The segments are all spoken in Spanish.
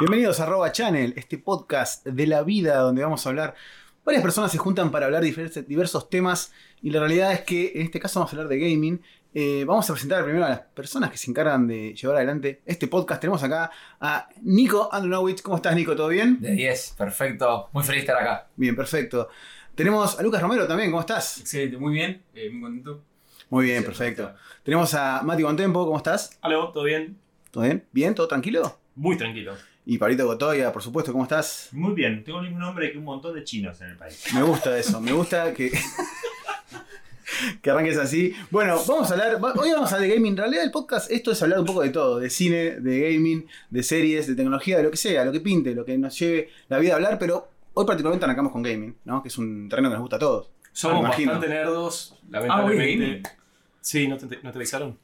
Bienvenidos a Roba Channel, este podcast de la vida donde vamos a hablar. Varias personas se juntan para hablar diversos, diversos temas y la realidad es que en este caso vamos a hablar de gaming. Eh, vamos a presentar primero a las personas que se encargan de llevar adelante este podcast. Tenemos acá a Nico Andronowitz. ¿Cómo estás, Nico? ¿Todo bien? De 10, perfecto. Muy feliz de estar acá. Bien, perfecto. Tenemos a Lucas Romero también. ¿Cómo estás? Excelente, muy bien, eh, muy contento. Muy bien, perfecto. Tenemos a Mati Contempo. ¿Cómo estás? Aló, ¿todo bien? ¿Todo bien? ¿Bien? ¿Todo tranquilo? Muy tranquilo. Y Pablito Gotoya, por supuesto. ¿Cómo estás? Muy bien, tengo el mismo nombre que un montón de chinos en el país. Me gusta eso, me gusta que. Que arranques así. Bueno, vamos a hablar. va- Hoy vamos a hablar de gaming. En realidad, el podcast, esto es hablar un poco de todo: de cine, de gaming, de series, de tecnología, de lo que sea, lo que pinte, lo que nos lleve la vida a hablar. Pero hoy, particularmente, arrancamos con gaming, ¿no? Que es un terreno que nos gusta a todos. Somos Me imagino. bastante nerdos, Ah, lamentablemente. bien. Sí, ¿no te, no te avisaron?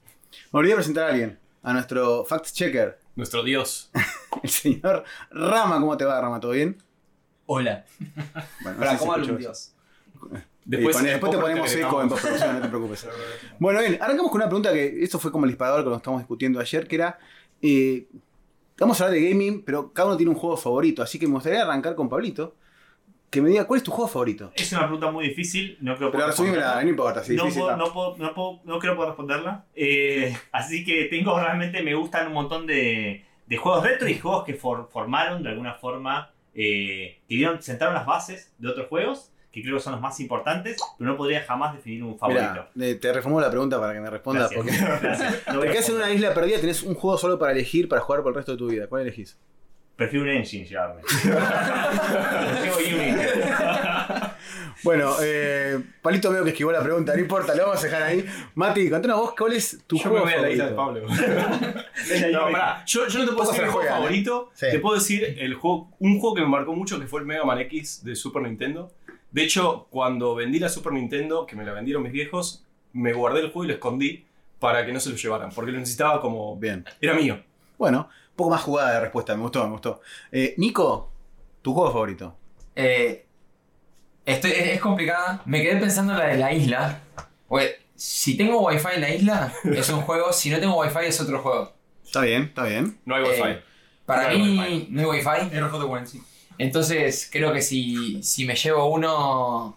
Me olvidé de presentar a alguien, a nuestro fact checker, Nuestro dios. el señor Rama. ¿Cómo te va, Rama? ¿Todo bien? Hola. Bueno, no sé Para, si ¿cómo habla escuchó un eso. dios? Después, después te ponemos eco en postproducción, no te preocupes. Bueno, bien, arrancamos con una pregunta que eso fue como el disparador que nos estábamos discutiendo ayer, que era, eh, vamos a hablar de gaming, pero cada uno tiene un juego favorito, así que me gustaría arrancar con Pablito, que me diga cuál es tu juego favorito. Es una pregunta muy difícil, no creo Pero poder resumímela, responderla. no importa, si es no, difícil, puedo, está. no, puedo- no puedo- no creo poder responderla. Eh, así que tengo realmente, me gustan un montón de, de juegos retro y juegos que for- formaron de alguna forma, eh, que dieron, sentaron las bases de otros juegos, que creo que son los más importantes, pero no podría jamás definir un favorito. Mirá, eh, te reformulo la pregunta para que me respondas, Gracias. porque Gracias. No voy te a quedas en una isla perdida, tenés un juego solo para elegir, para jugar por el resto de tu vida, ¿cuál elegís? Prefiero un engine llevarme. Prefiero Unity. Bueno, eh, Palito veo que esquivó la pregunta, no importa, lo vamos a dejar ahí. Mati, contanos vos, ¿cuál es tu Yo me juego voy a la isla de favorito? Pablo. Unity. no, pará. Yo, yo no te puedo Poco decir se mi juego juega, ¿eh? favorito. Sí. Te puedo decir el juego, un juego que me marcó mucho que fue el Mega Man X de Super Nintendo. De hecho, cuando vendí la Super Nintendo, que me la vendieron mis viejos, me guardé el juego y lo escondí para que no se lo llevaran. Porque lo necesitaba como... Bien. Era mío. Bueno, un poco más jugada de respuesta, me gustó, me gustó. Eh, Nico, tu juego favorito. Eh, estoy, es, es complicada. Me quedé pensando en la de la isla. Güey, si tengo wifi en la isla, es un juego. Si no tengo wifi, es otro juego. Está bien, está bien. No hay Eh, wifi. Para No hay mí, wifi. no hay wifi. RJ45. Entonces, creo que si, si me llevo uno,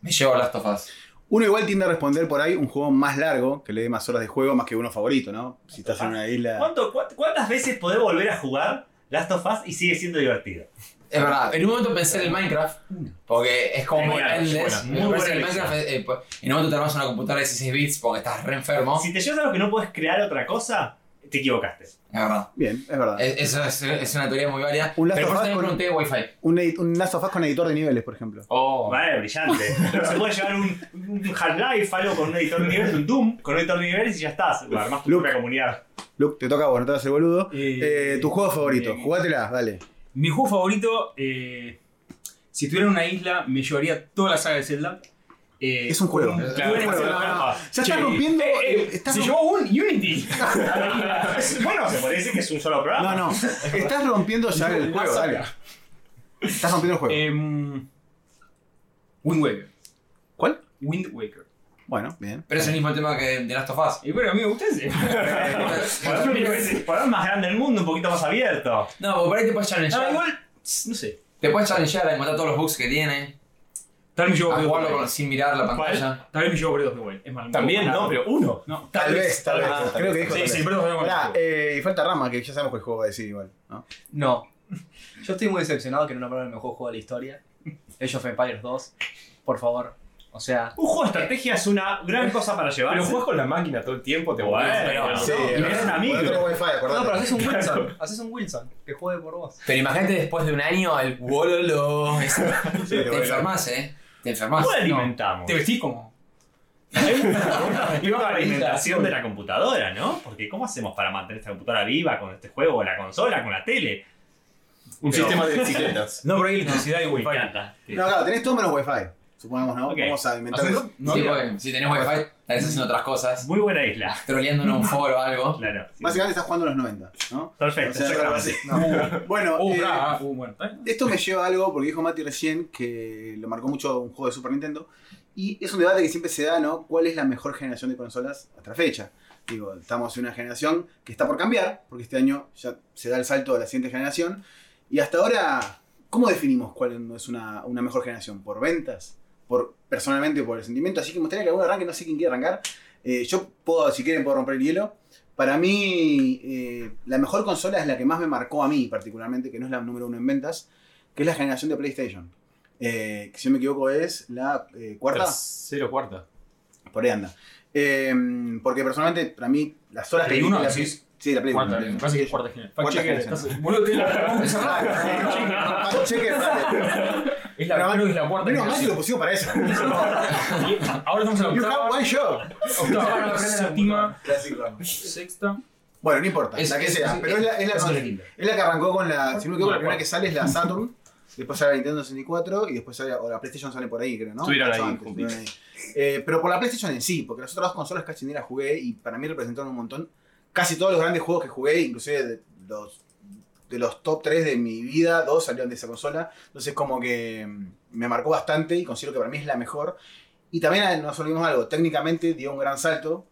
me llevo Last of Us. Uno igual tiende a responder por ahí un juego más largo, que le dé más horas de juego, más que uno favorito, ¿no? Si estás en una isla. ¿Cuánto- cuánt- ¿Cuántas veces podés volver a jugar Last of Us y sigue siendo divertido? Es verdad, en un momento pensé en el Minecraft, porque es como Muy muy buena, endless. buena, Me muy parece que el buena Minecraft, eh, po- en un momento te armas una computadora de 16 bits porque estás re enfermo. Si te llevas a lo que no puedes crear otra cosa, te equivocaste. Es verdad. Bien, es verdad. Es- Eso es, es una teoría muy válida. Un Last pero of por eso Us también con- pregunté Wi-Fi. Un, edit- un Last of Us con editor de niveles, por ejemplo. Oh. Vale, brillante. Pero se puede llevar un, un Half-Life, algo con un editor de niveles, un Doom, con un editor de niveles y ya estás. Bueno, Armás tu Luke. propia comunidad. Luke, te toca a vos, no te hagas el boludo. Eh, Eh, tu juego favorito, eh, jugátela, dale. Mi juego favorito, eh, si estuviera en una isla, me llevaría toda la saga de Zelda. Eh, Es un juego. con- Es un claro, juego. Zelda. Ah, Ya Che, estás rompiendo. eh, eh, estás se rom- llevó un Unity. bueno, se puede decir que es un solo programa. No, no. Estás rompiendo ya el La juego, saga. dale. Estás rompiendo el juego. Em, Wind Waker. ¿Cuál? Wind Waker. Bueno, bien. Pero es el mismo tema que de Last of Us. Y bueno, a mí me gusta ese. Por es más grande del mundo, un poquito más abierto. No, porque por ahí te puedes Ah, challengear. igual, no sé. Te puedes challengear a encontrar todos los bugs que tiene, Tal vez me llevo a Breath of the jugarlo con- Wild. sin mirar la pantalla. Tal vez me llevo Breath of the Wild. Es malo. También, Claro. no, pero uno. No, Tal vez, tal vez. Ah, Creo que dijo Sí, tal sí, vez. Breath of the Wild. Pará, eh, y falta Rama, que ya sabemos cuál juego va a decir igual. ¿no? No. Yo estoy muy decepcionado que no nombraron el mejor juego de la historia. Age of Empires 2. Por favor. O sea. Un juego de estrategia es una gran cosa para llevar. Pero juegas con la máquina todo el tiempo, te Bueno, volvés. pero- Sí. Sí, y eres un amigo. Otro wifi, acordate. No, pero haces un Wilson. Haces un Wilson. Que juegue por vos. Pero imagínate después de un año el wololo. es- Sí, Te pero bueno. enfermas, eh. Te enfermas. ¿Cómo alimentamos? Te vestís como. Y una Una alimentación de la computadora, ¿no? Porque ¿cómo hacemos para mantener esta computadora viva con este juego, con la consola, con la tele? Un Pero- sistema de bicicletas. No, por ahí electricidad y Me wifi. encanta. No, claro, tenés todo menos wifi. Supongamos, ¿no? Ok. Vamos a O inventar. sea, No, sí, no. porque si tenés wifi, estás haciendo otras cosas, Muy buena isla. troleando en un foro o algo. Claro. sí. Básicamente estás jugando en los 90, ¿no? Perfecto, O sea, exactamente. no. Bueno, Uh, eh, brava, uh, bueno, está bien. esto me lleva a algo, porque dijo Mati recién que lo marcó mucho un juego de Super Nintendo. Y es un debate que siempre se da, ¿no? ¿Cuál es la mejor generación de consolas hasta la fecha? Digo, estamos en una generación que está por cambiar, porque este año ya se da el salto a la siguiente generación. Y hasta ahora, ¿cómo definimos cuál es una, una mejor generación? ¿Por ventas? Por, personalmente, por el sentimiento. Así que me gustaría que algún arranque, no sé quién quiere arrancar. Eh, yo puedo, si quieren, puedo romper el hielo. Para mí, eh, la mejor consola es la que más me marcó a mí, particularmente, que no es la número uno en ventas, que es la generación de PlayStation. Eh, que si no me equivoco es la eh, cuarta. Tercero, cuarta. Por ahí anda. Eh, porque personalmente, para mí, las horas ¿Play que... uno la- decís? Sí, la Play uno. Cuarta, La Play me uno. parece que es cuarta generación. Fact Cuarta checker, generación. estás- boludo, tenés la pregunta cerrada. Fact checker, dale. Es la, Pero creo que es la cuarta Menos mal que lo generación. pusimos para eso. Y Ahora estamos en la You octava, have one shot. octava, séptima, Clásico. sexta. Bueno, no importa, Es- la que es- sea. es- pero es la, es la es más- horrible. es la que arrancó con la. Si no me equivoco, la Bueno, primera bueno. que sale es la Saturn. Después sale la Nintendo 64 y después sale, o la PlayStation sale por ahí, creo, ¿no? Estuvieron Mucho ahí, antes, juntitos. estuvieron ahí. Eh, pero por la PlayStation en sí, porque las otras dos consolas casi ni las jugué y para mí representaron un montón. Casi todos los grandes juegos que jugué, inclusive de los, de los top 3 de mi vida, dos salieron de esa consola. Entonces, como que mm, me marcó bastante y considero que para mí es la mejor. Y también eh, nos olvidemos algo, técnicamente dio un gran salto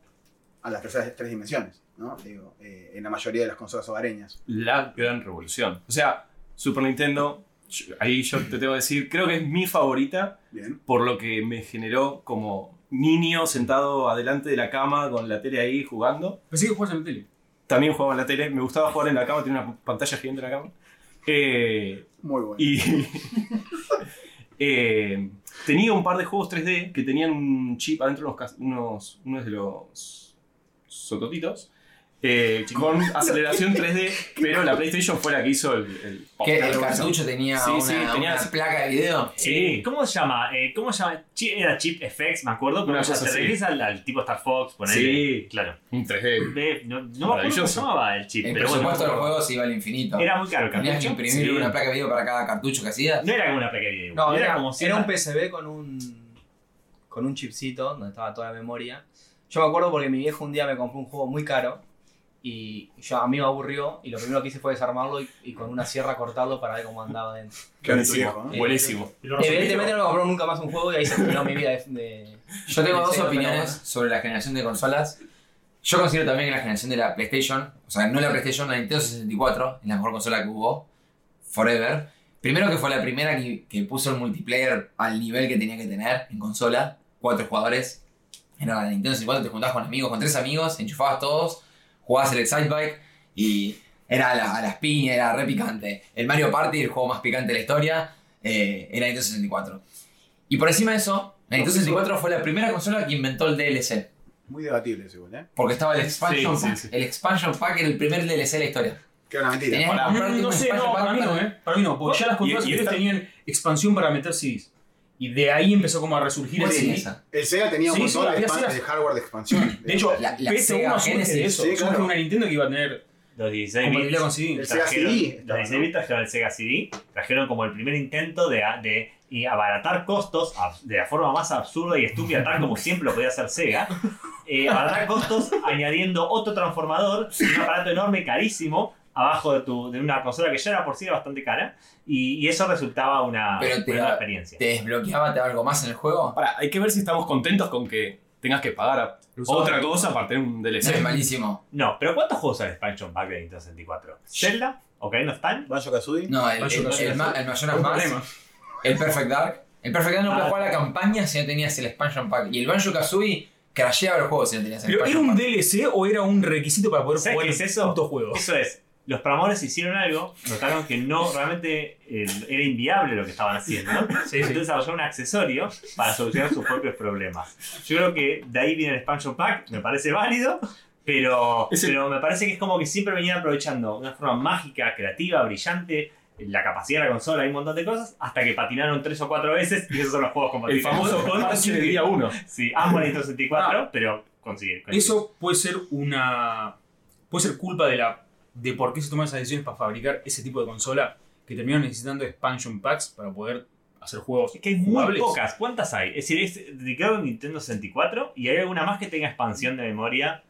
a las terceras tres dimensiones, ¿no? Digo, eh, en la mayoría de las consolas hogareñas. La gran revolución. O sea, Super Nintendo, yo- ahí yo te tengo que decir, creo que es mi favorita. Bien. por lo que me generó como niño sentado adelante de la cama con la tele ahí jugando. Pensé que jugás en la tele. También jugaba en la tele, me gustaba jugar en la cama, tenía una pantalla gigante en la cama. Eh, Muy bueno. y eh, tenía un par de juegos 3D que tenían un chip adentro, unos, cas- unos, unos de los sototitos. eh, con aceleración 3D, pero la PlayStation fue la que hizo el... el- Que el cartucho tenía, Sí, una, sí, tenías- una placa de video. Sí. Eh, ¿Cómo se llama? Eh, ¿Cómo se llama? Chi- Era Chip FX, me acuerdo. Pero Una o sea, cosa te así. regresa al, al tipo Star Fox, ponele. Sí. Claro. Un 3D. Ve, no, no me acuerdo cómo se Maravilloso. llamaba el chip, El pero bueno. presupuesto de los juegos iba al infinito. Era muy caro el Tenías que cartucho. imprimir Sí. una placa de video para cada cartucho que hacías. No era como una placa de video. No, era, era, como si era un PCB con un, con un chipcito donde estaba toda la memoria. Yo me acuerdo porque mi viejo un día me compró un juego muy caro y yo, a mí me aburrió y lo primero que hice fue desarmarlo y, y con una sierra cortarlo para ver cómo andaba dentro. Buenísimo. ¿no? Buenísimo. Evidentemente no me compró nunca más un juego y ahí se terminó mi vida de... de- Yo tengo de dos Sega, opiniones sobre la generación de consolas. Yo considero también que la generación de la PlayStation, o sea, no la PlayStation, la Nintendo 64, es la mejor consola que hubo, forever. Primero que fue la primera que, que puso el multiplayer al nivel que tenía que tener en consola, cuatro jugadores. Era la Nintendo 64, te juntabas con amigos, con tres amigos, enchufabas todos, jugabas el Excite Bike y era a, la- a las piñas, era re picante. El Mario Party, el juego más picante de la historia, eh, era Nintendo 64. Y por encima de eso, la Nintendo 64 fue la primera consola que inventó el DLC. Muy debatible eso igual, ¿eh? Porque estaba el expansion Sí, sí, pack. sí. El expansion pack era el primer DLC de la historia. Que era una mentira. Tenías que pará. comprarte Mm, un No sé, expansion no, pack para mí no, para- ¿eh? Para mí no, porque ya las consolas Y- y anteriores está- tenían expansión para meter CDs. Y de ahí empezó como a resurgir el Bueno, CD. esa. El Sega tenía un Sí, montón sí, de, había expan- Segas. de hardware de expansión. De hecho, La- la Sega PS1 surge Genesis. de eso. Sí, claro. Surge una Nintendo que iba a tener Los 16 bits. compatibilidad con el CD. Sega trajeron- CD Los estaba, 16 bits trajeron el Sega CD. Trajeron como el primer intento de, a- de- y abaratar costos ab- de la forma más absurda y estúpida, tal como siempre lo podía hacer Sega. Eh, abaratar costos añadiendo otro transformador, un aparato enorme, carísimo. Abajo de, tu, de una consola que ya era por sí bastante cara, y, y eso resultaba una, Pero te una da- experiencia. ¿Te desbloqueaba te daba algo más en el juego? Ahora, hay que ver si estamos contentos con que tengas que pagar a- otra cosa para tener un Eso es DLC. malísimo. No, pero ¿cuántos juegos son expansion pack de Nintendo 64? ¿Zelda? ¿Ocarina of Time? Banjo Kazooie. No, el, el, Banjo Kazooie. el ma- el Majora's Un Mask, problema. el Perfect Dark. El Perfect Dark no Ah. podías jugar la campaña si no tenías el expansion pack. Y el Banjo Kazooie crasheaba los juegos si no tenías el ¿Pero era expansion un pack. DLC o era un requisito para poder ¿Sabes jugar qué es eso? puto juego? Eso es. Los programadores hicieron algo, notaron que no realmente eh, era inviable lo que estaban haciendo. Entonces desarrollaron un accesorio para solucionar sus propios problemas. Yo creo que de ahí viene el expansion pack, me parece válido, pero, Es el- pero me parece que es como que siempre venían aprovechando una forma mágica, creativa, brillante, la capacidad de la consola y un montón de cosas, hasta que patinaron tres o cuatro veces y esos son los juegos El compatibles. famoso Ah. parche de día 1. Sí, amo la Nintendo 64, pero conseguir. conseguir. Eso puede ser una. Puede ser culpa de la. de por qué se toman esas decisiones para fabricar ese tipo de consola que terminaron necesitando expansion packs para poder hacer juegos. Es que hay muy jugables. pocas. ¿Cuántas hay? Es decir, es dedicado a Nintendo 64 y hay alguna más que tenga expansión de memoria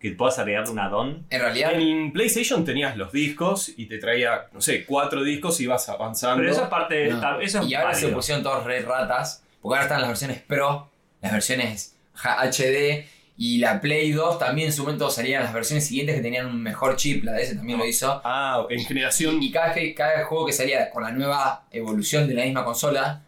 que puedas agregarle una don. En realidad, En PlayStation tenías los discos y te traía, no sé, cuatro discos y ibas avanzando. Pero eso es parte de. No. está- Eso es y ahora se válido. pusieron todos re ratas, porque ahora están las versiones Pro, las versiones ja- HD y la Play 2 también en su momento salían las versiones siguientes que tenían un mejor chip, la DS también lo hizo. Ah, en generación. Y cada, que- cada juego que salía con la nueva evolución de la misma consola,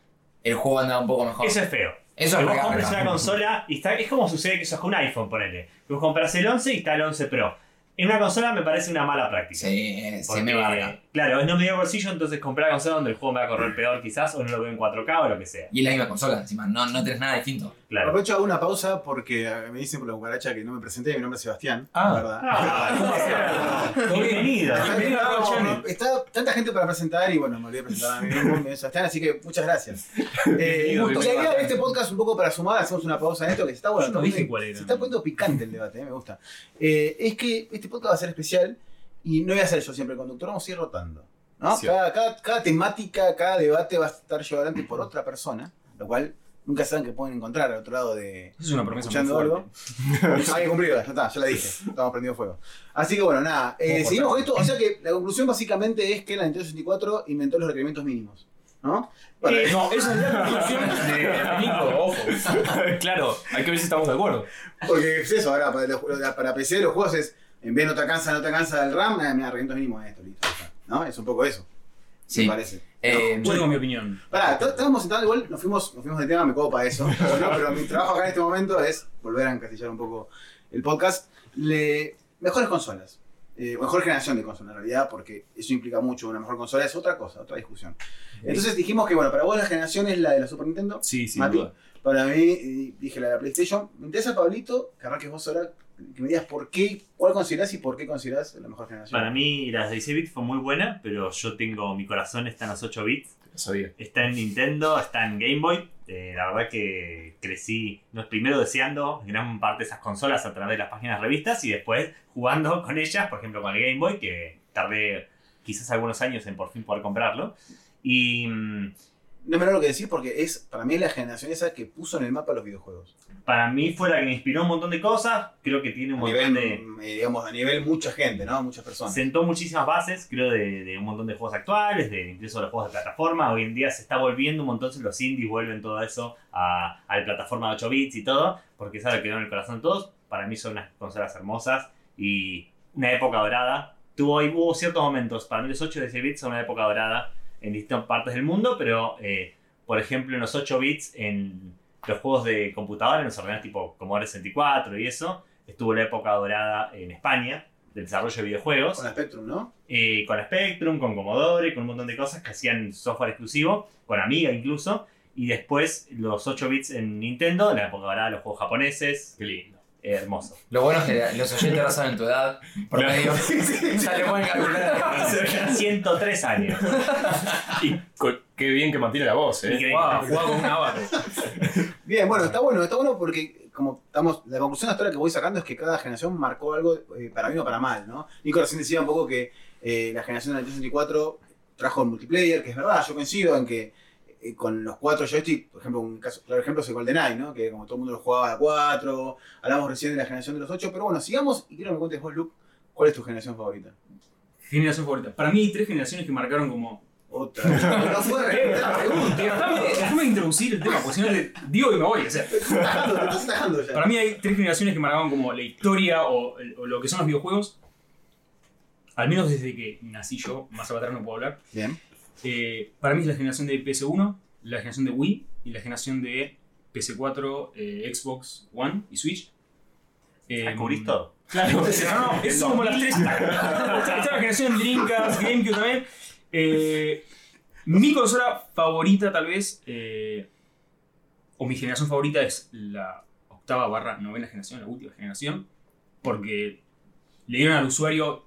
el juego andaba un poco mejor. Eso es feo. Eso que es vos regarga. compres una consola y está, es como sucede que sos con un iPhone, ponele. Que vos compras el 11 y está el 11 Pro. En una consola me parece una mala práctica. Sí, eh, se Porque, me barga. Claro, no me dio bolsillo, entonces compré la consola donde el juego me va a correr peor quizás, o no lo veo en 4K o lo que sea. Y es la misma consola, encima, no, no tenés nada distinto. Claro. Aprovecho hago una pausa porque eh, me dicen por la cucaracha que no me presenté, mi nombre es Sebastián, Ah. ¿verdad? Ah, ¿cómo se llama? Bienvenido. Está- Bienvenido a está- Channel. Está tanta gente para presentar y bueno, me olvidé de presentar a mí mismo, me Sebastián, así que muchas gracias. Eh, Bienvenido, justo, la bienvenido. idea de este podcast, un poco para sumar, hacemos una pausa en esto que se está bueno. Yo no está dije poniendo- cuál era. Se está poniendo picante el debate, eh, me gusta. Eh, es que este podcast va a ser especial y no voy a ser yo siempre el conductor, vamos a ir rotando. ¿no? Sí. Cada, cada- cada temática, cada debate va a estar llevado adelante por otra persona, lo cual nunca saben que pueden encontrar al otro lado de, Eso es una promesa muy escuchando fuerte. algo. Hay que cumplirla, ya está, ya la dije. Estamos prendiendo fuego. Así que bueno, nada. eh, Vamos a seguimos con esto. O sea que la conclusión básicamente es que la Nintendo 64 inventó los requerimientos mínimos. ¿No? Bueno, Eh, No, esa es la conclusión de Nico, ojo. claro, hay que ver si estamos de acuerdo. porque es eso, ahora para, los- para- para PC los juegos es, en vez de no te alcanza, no te alcanza el RAM, eh, mira, requerimientos mínimos es esto, listo. ya está, ¿No? Es un poco eso, Sí. me parece. Eh, Yo digo mi opinión. Pará, to- estábamos sentados igual, nos fuimos, nos fuimos de tema, me copa eso. No, pero mi trabajo acá en este momento es volver a encastillar un poco el podcast. Le- mejores consolas. eh, o mejor generación de consolas en realidad, porque eso implica mucho. Una mejor consola es otra cosa, otra discusión. Entonces dijimos que, bueno, para vos la generación es la de la Super Nintendo. Sí, sí. Mati. Para mí, eh, dije la de la PlayStation. Me interesa, Pablito, que arranques vos ahora, que me digas por qué, cuál considerás y por qué considerás la mejor generación. Para mí las 16 bits fue muy buena, pero yo tengo, mi corazón está en las 8 bits. Sabía. Está en Nintendo, está en Game Boy. Eh, la verdad que crecí, no, primero deseando gran parte de esas consolas a través de las páginas de revistas y después jugando con ellas, por ejemplo con el Game Boy, que tardé quizás algunos años en por fin poder comprarlo. Y mm, No es menor lo que decís, porque es, para mí es la generación esa que puso en el mapa los videojuegos. para mí fue la que me inspiró un montón de cosas. Creo que tiene un a montón nivel, de... eh, digamos, a nivel mucha gente, ¿no? Muchas personas. Sentó muchísimas bases, creo, de, de un montón de juegos actuales, de incluso de los juegos de plataforma. Hoy en día se está volviendo un montón, los indies vuelven todo eso a, a la plataforma de 8 bits y todo, porque es algo que quedó en el corazón de todos. Para mí son unas consolas hermosas y una época dorada. Tuvo, y hubo ciertos momentos, para mí los 8 de 10 bits son una época dorada en distintas partes del mundo, pero eh, por ejemplo en los 8 bits, en los juegos de computadora, en los ordenadores tipo Commodore 64 y eso, estuvo la época dorada en España del desarrollo de videojuegos Con la Spectrum, ¿no? eh, con Spectrum, con Commodore, con un montón de cosas que hacían software exclusivo, con Amiga incluso, y después los 8 bits en Nintendo, la época dorada de los juegos japoneses. Qué lindo. hermoso. lo bueno es que los oyentes ahora saben tu edad, promedio. ya le pueden Ah, calcular. Tenía 103 años. Y co- qué bien que mantiene la voz, ¿eh? Increíble. Wow, jugaba con un avatar. Bien, bueno, está bueno, está bueno porque como estamos, la conclusión hasta ahora que voy sacando es que cada generación marcó algo eh, para bien o para mal, ¿no? Nico recién decía un poco que eh, la generación del 64 trajo el multiplayer, que es verdad, yo coincido en que eh, con los cuatro joystick, por ejemplo, un caso, claro ejemplo es el GoldenEye, ¿no? Que como todo el mundo lo jugaba a cuatro, hablamos recién de la generación de los ocho, pero bueno, sigamos y quiero que me cuentes vos, Luke, ¿cuál es tu generación favorita? Generación favorita. Para mí hay tres generaciones que marcaron como. Otra. no puedo responder la pregunta. Déjame déjame introducir el tema, porque si no te digo y me voy. O sea, Te estás atajando, te estás atajando ya. para mí hay tres generaciones que marcaron como la historia o, o lo que son los videojuegos. Al menos desde que nací yo, más atrás no puedo hablar. Bien. Eh, para mí es la generación de PS1, la generación de Wii y la generación de PS4, eh, Xbox One y Switch. Eh, Descubrís todo. Claro, no, no, es como las tres. Está la generación Dreamcast, GameCube también. Eh, mi consola favorita, tal vez, eh, o mi generación favorita es la octava barra novena generación, la última generación, porque le dieron al usuario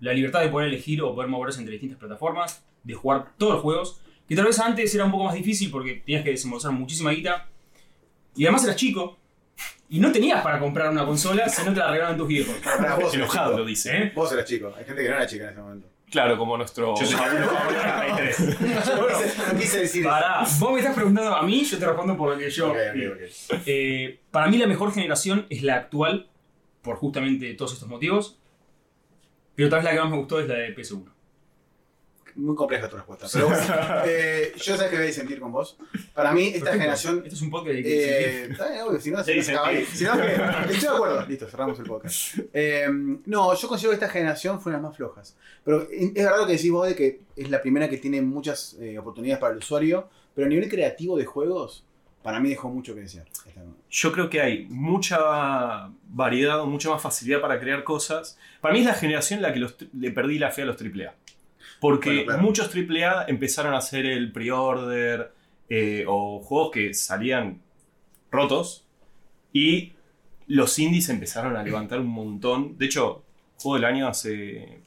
la libertad de poder elegir o poder moverse entre distintas plataformas, de jugar todos los juegos, que tal vez antes era un poco más difícil porque tenías que desembolsar muchísima guita y además eras chico. Y no tenías para comprar una consola si no te la regalaban tus viejos. Pará, vos, Enojado lo dice, ¿eh? Vos eras chico, hay gente que no era chica en ese momento. Claro, como nuestro. Yo soy Fabulo Fabulo 33. Bueno, No quise decir eso. Pará, vos me estás preguntando a mí, yo te respondo por lo que yo. Ok, ok, ok. Eh, para mí la mejor generación es la actual, por justamente todos estos motivos. Pero tal vez la que más me gustó es la de PS1. Muy compleja tu respuesta. Pero bueno, eh, yo sé que voy a disentir con vos. Para mí, esta Perfecto. generación. Este es un podcast de Eh, está bien, obvio, si no, Sí, si no se sí, acaba sí. ahí. Si no, que- estoy de acuerdo. Listo, cerramos el podcast. Eh, no, yo considero que esta generación fue una de las más flojas. Pero es es verdad lo que decís vos de que es la primera que tiene muchas eh, oportunidades para el usuario, pero a nivel creativo de juegos, para mí dejó mucho que desear. Esta- Yo creo que hay mucha variedad, mucha más facilidad para crear cosas. Para mí es la generación en la que los tri- le perdí la fe a los AAA. Porque Bueno, claro. muchos AAA empezaron a hacer el pre-order eh, o juegos que salían rotos y los indies empezaron a levantar un montón. De hecho, juego del año hace.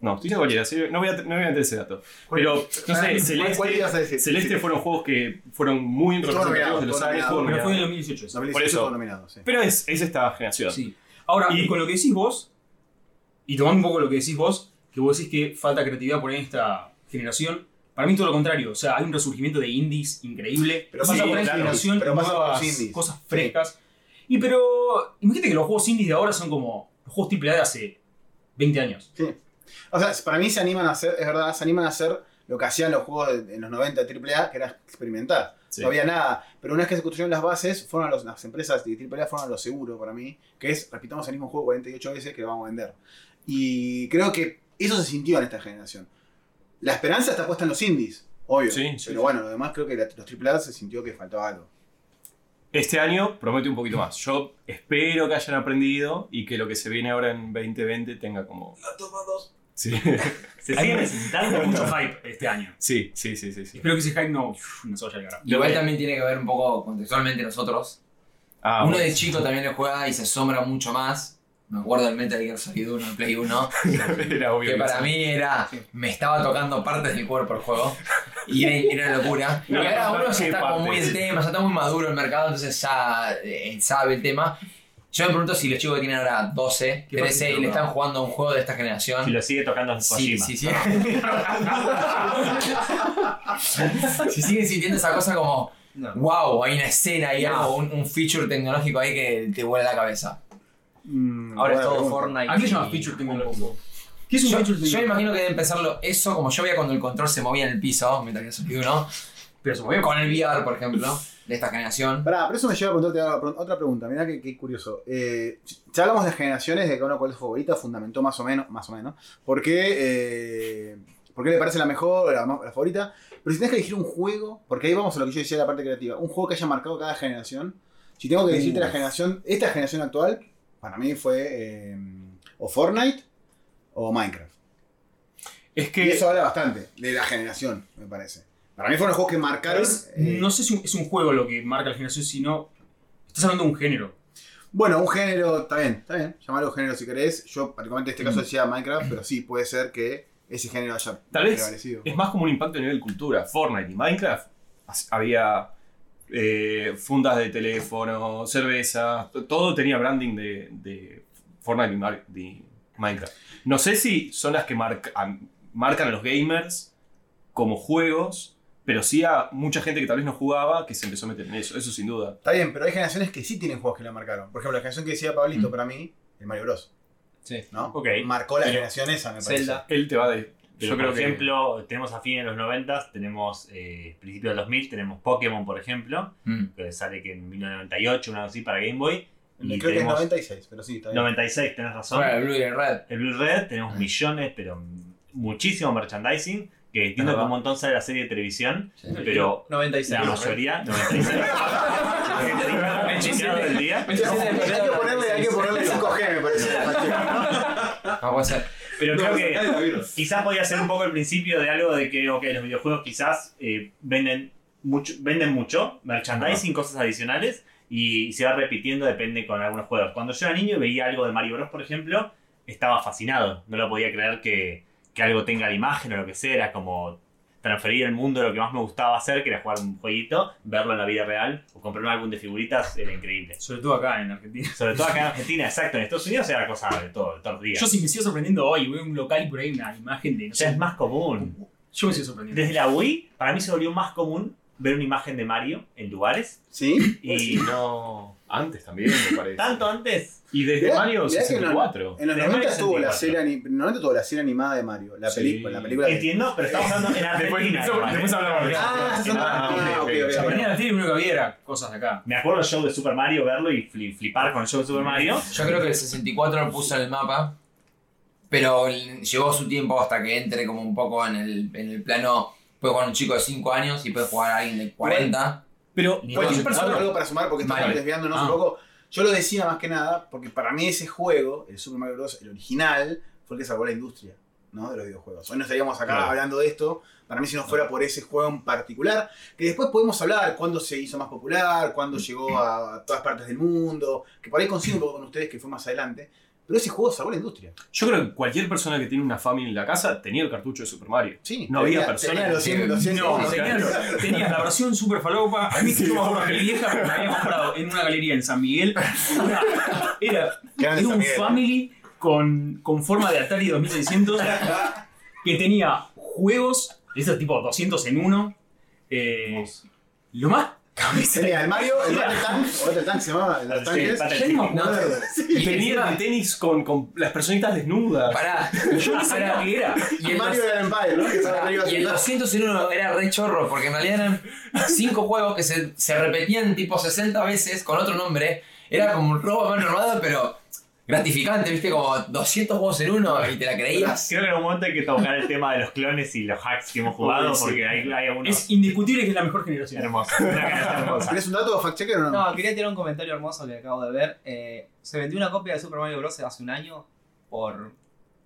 No, estoy diciendo cualquiera, serio, no voy a, no voy a meter ese dato. Pero, no sé, ¿Cuál- ¿Cuál Celeste, ibas a decir? Celeste fueron juegos que fueron muy Estuvo nominado, representativos de los estuvo años. nominado. fueron Pero fue en el nominados. 2018. esa. 2018 por eso. estuvo nominado, sí. Pero es, es esta generación. Sí. Ahora, Y- con lo que decís vos, y tomando un poco lo que decís vos, que vos decís que falta creatividad por ahí en esta generación, para mí todo lo contrario. O sea, hay un resurgimiento de indies increíble. Pero pasa pasa por por una indies, generación, pero pasa por nuevas los indies. cosas frescas. Y pero, imagínate que los juegos indies de ahora son como los juegos triple A de hace 20 años. O sea, para mí se animan a hacer, es verdad, se animan a hacer lo que hacían los juegos de- en los 90 AAA, que era experimentar. Sí. No había nada. Pero una vez que se construyeron las bases, fueron a los- las empresas de AAA fueron a lo seguro para mí, que es, repitamos el mismo juego 48 veces que lo vamos a vender. Y creo que eso se sintió en esta generación. La esperanza está puesta en los indies, obvio. Sí, sí, pero sí. bueno, lo demás creo que la- los AAA se sintió que faltaba algo. Este año promete un poquito más. Yo espero que hayan aprendido y que lo que se viene ahora en 2020 tenga como. La toma 2. Sí. Se sigue Ahí- necesitando Hay mucho mucho. hype este año. sí, sí, sí, sí, sí. Espero que ese hype no, no se vaya al carajo. Igual también tiene que ver un poco contextualmente nosotros. Ah, Uno bueno. de chico también lo juega y se asombra mucho más. Me acuerdo del Metal Gear Solid 1, el Play 1. Era obvio. Que para sí. mí era. Me estaba tocando partes del cuerpo el juego. Y era, era locura. Y No, ahora no, uno ya ¿qué está como muy partes? en tema, ya está muy maduro el mercado, entonces ya eh, sabe el tema. Yo me pregunto si los chicos que tienen ahora 12, ¿Qué partes 13 y le te están tocaba? jugando a un juego de esta Si generación. lo sigue tocando Sí, Kojima. sí, sí. si siguen sintiendo esa cosa como, No. wow, hay una escena, hay No. algo, un, un feature tecnológico ahí que te vuela la cabeza. Ahora buena es todo pregunta. Fortnite. ¿A qué se llama y- feature tecnológico? ¿Qué es un Yo, feature yo me tecnológico? imagino que deben pensarlo eso, como yo veía cuando el control se movía en el piso, mientras que Solid 1, Pero se movió. con el VR, por ejemplo, de esta generación. Pará, pero eso me lleva a preguntarte ahora pro- otra pregunta. Mirá qué, qué curioso. Eh, ya hablamos de generaciones, de que uno cuál es su favorita, fundamentó más o menos, más o menos, por qué, eh, por qué le parece la mejor, la, más- la favorita. Pero si tenés que elegir un juego, porque ahí vamos a lo que yo decía de la parte creativa, un juego que haya marcado cada generación. Si tengo que decirte la generación, esta generación actual, para mí fue eh, o Fortnite o Minecraft. Es Y que. eso habla bastante de la generación, me parece. Para mí fueron los juegos que marcaron. Es- eh, no sé si es un juego lo que marca la generación, sino. Estás hablando de un género. Bueno, un género, está bien, está bien. Llamarlo género si querés. Yo, particularmente en este caso, decía Minecraft, pero sí, puede ser que ese género haya Tal vez prevalecido. Es más como un impacto a nivel cultura. Fortnite y Minecraft as- había eh, fundas de teléfono, cervezas, t- todo tenía branding de, de Fortnite y Mar- de Minecraft. No sé si son las que marca- am- marcan a los gamers como juegos, pero sí a mucha gente que tal vez no jugaba que se empezó a meter en eso, eso sin duda. Está bien, pero hay generaciones que sí tienen juegos que la marcaron. Por ejemplo, la generación que decía Pablito, para mí, el Mario Bros. Sí. ¿No? Ok. Marcó la Pero- generación esa, me parece. Zelda. Él te va de... Pero, yo creo por que- ejemplo, tenemos a fines de los 90, tenemos eh, principios de los 2000, tenemos Pokémon, por ejemplo, Mm. que sale que en 1998, una cosa así, para Game Boy. Y Creo que es tenemos 96, pero sí, está bien. 96, tenés razón. Ahora el Blue y el Red. El Blu-ray tenemos millones, pero muchísimo merchandising, que entiendo que Ajá. un montón sale de la serie de televisión, Sí. pero 96. la mayoría, 96. "Ah, El chequeado del día. Hay que ponerle, hay que ponerle 5G, me parece. Ah. No puede ser. Pero creo que Nadie la vieron. quizás podía ser un poco el principio de algo de que, ok, los videojuegos quizás eh, venden, mucho, venden mucho, merchandising, cosas adicionales, y se va repitiendo, depende con algunos juegos. Cuando yo era niño y veía algo de Mario Bros, por ejemplo, estaba fascinado, no lo podía creer que, que algo tenga la imagen o lo que sea, era como transferir al mundo lo que más me gustaba hacer, que era jugar un jueguito, verlo en la vida real o comprar un álbum de figuritas, era increíble. Sobre todo acá en Argentina. Sobre todo acá en Argentina, exacto, en Estados Unidos era cosa de todo, de todos los días. Yo sí me sigo sorprendiendo hoy, voy a un local y por ahí una imagen de. No ya sé, es más común. yo me sigo sorprendiendo. Desde la Wii, para mí se volvió más común ver una imagen de Mario en lugares ¿Sí? y no. Antes también, me parece. tanto antes Y desde Mirá- Mario mirá que 64. En los Pero 90 Mario tuvo la 64. serie, ani- en los 90 tuvo la serie animada de Mario, la Sí. película, la película de- Entiendo, pero estamos hablando en Argentina. después, igual, después ¿eh? hablamos de Ah, eso. son- ah, ok, ok, O sea, ok. aprendí a la tele y lo único que había era cosas de acá. Me acuerdo el show de Super Mario, verlo y fli- flipar con el show de Super Mario. Yo creo que el 64 lo puso en el mapa, pero el- llevó su tiempo hasta que entre como un poco en el, en el plano. Puede jugar un chico de 5 años y puede jugar a alguien de 40. Pero Ni Cualquier Mario. persona, algo para sumar, porque estamos Mario. desviándonos un Ah. poco. Yo lo decía más que nada, porque para mí ese juego, el Super Mario Bros., el original, fue el que salvó la industria ¿no? de los videojuegos. Hoy no estaríamos acá Claro. hablando de esto, para mí si no fuera por ese juego en particular, que después podemos hablar cuándo se hizo más popular, Mm. cuándo llegó a, a todas partes del mundo, que por ahí coincido un poco con ustedes que fue más adelante, pero ese juego salvó la industria. Yo creo que cualquier persona que tiene una familia en la casa tenía el cartucho de Super Mario. Sí, No había tenía- persona tenía los cien- que- los cien No, segundos. tenías, tenías la versión super falopa. A mí que yo me acuerdo que mi vieja me había comprado en una galería en San Miguel. una- era, Grande era San un Miguel. family con, con forma de Atari 2600 que tenía juegos de esos tipo 200 en uno. Eh, lo más cabeza. Tenía el Mario, el Battle Tank, el Battle Tank se llamaba, el Sí, tanques. Battle Ya ni me Tank. acuerdo. Y tenía el tenis con, con las personitas desnudas. Pará. Yo no sabía qué era. Y El el, Mario era el Empire, ¿no? Que estaba arriba Ah, y el sentado. 201 era re chorro, porque en realidad eran 5 juegos que se, se repetían tipo 60 veces con otro nombre. Era como un robo a mano armada, pero gratificante, ¿viste? Como 200 juegos en uno y te la creías. Creo que en un momento hay que tocar el tema de los clones y los hacks que hemos jugado, Sí. porque hay, hay algunos Es indiscutible que es la mejor generación. hermosos. Una ganancia hermosa. ¿Tenés un dato fact checker o no? No, quería tirar un comentario hermoso que acabo de ver. Eh, se vendió una copia de Super Mario Bros. hace un año por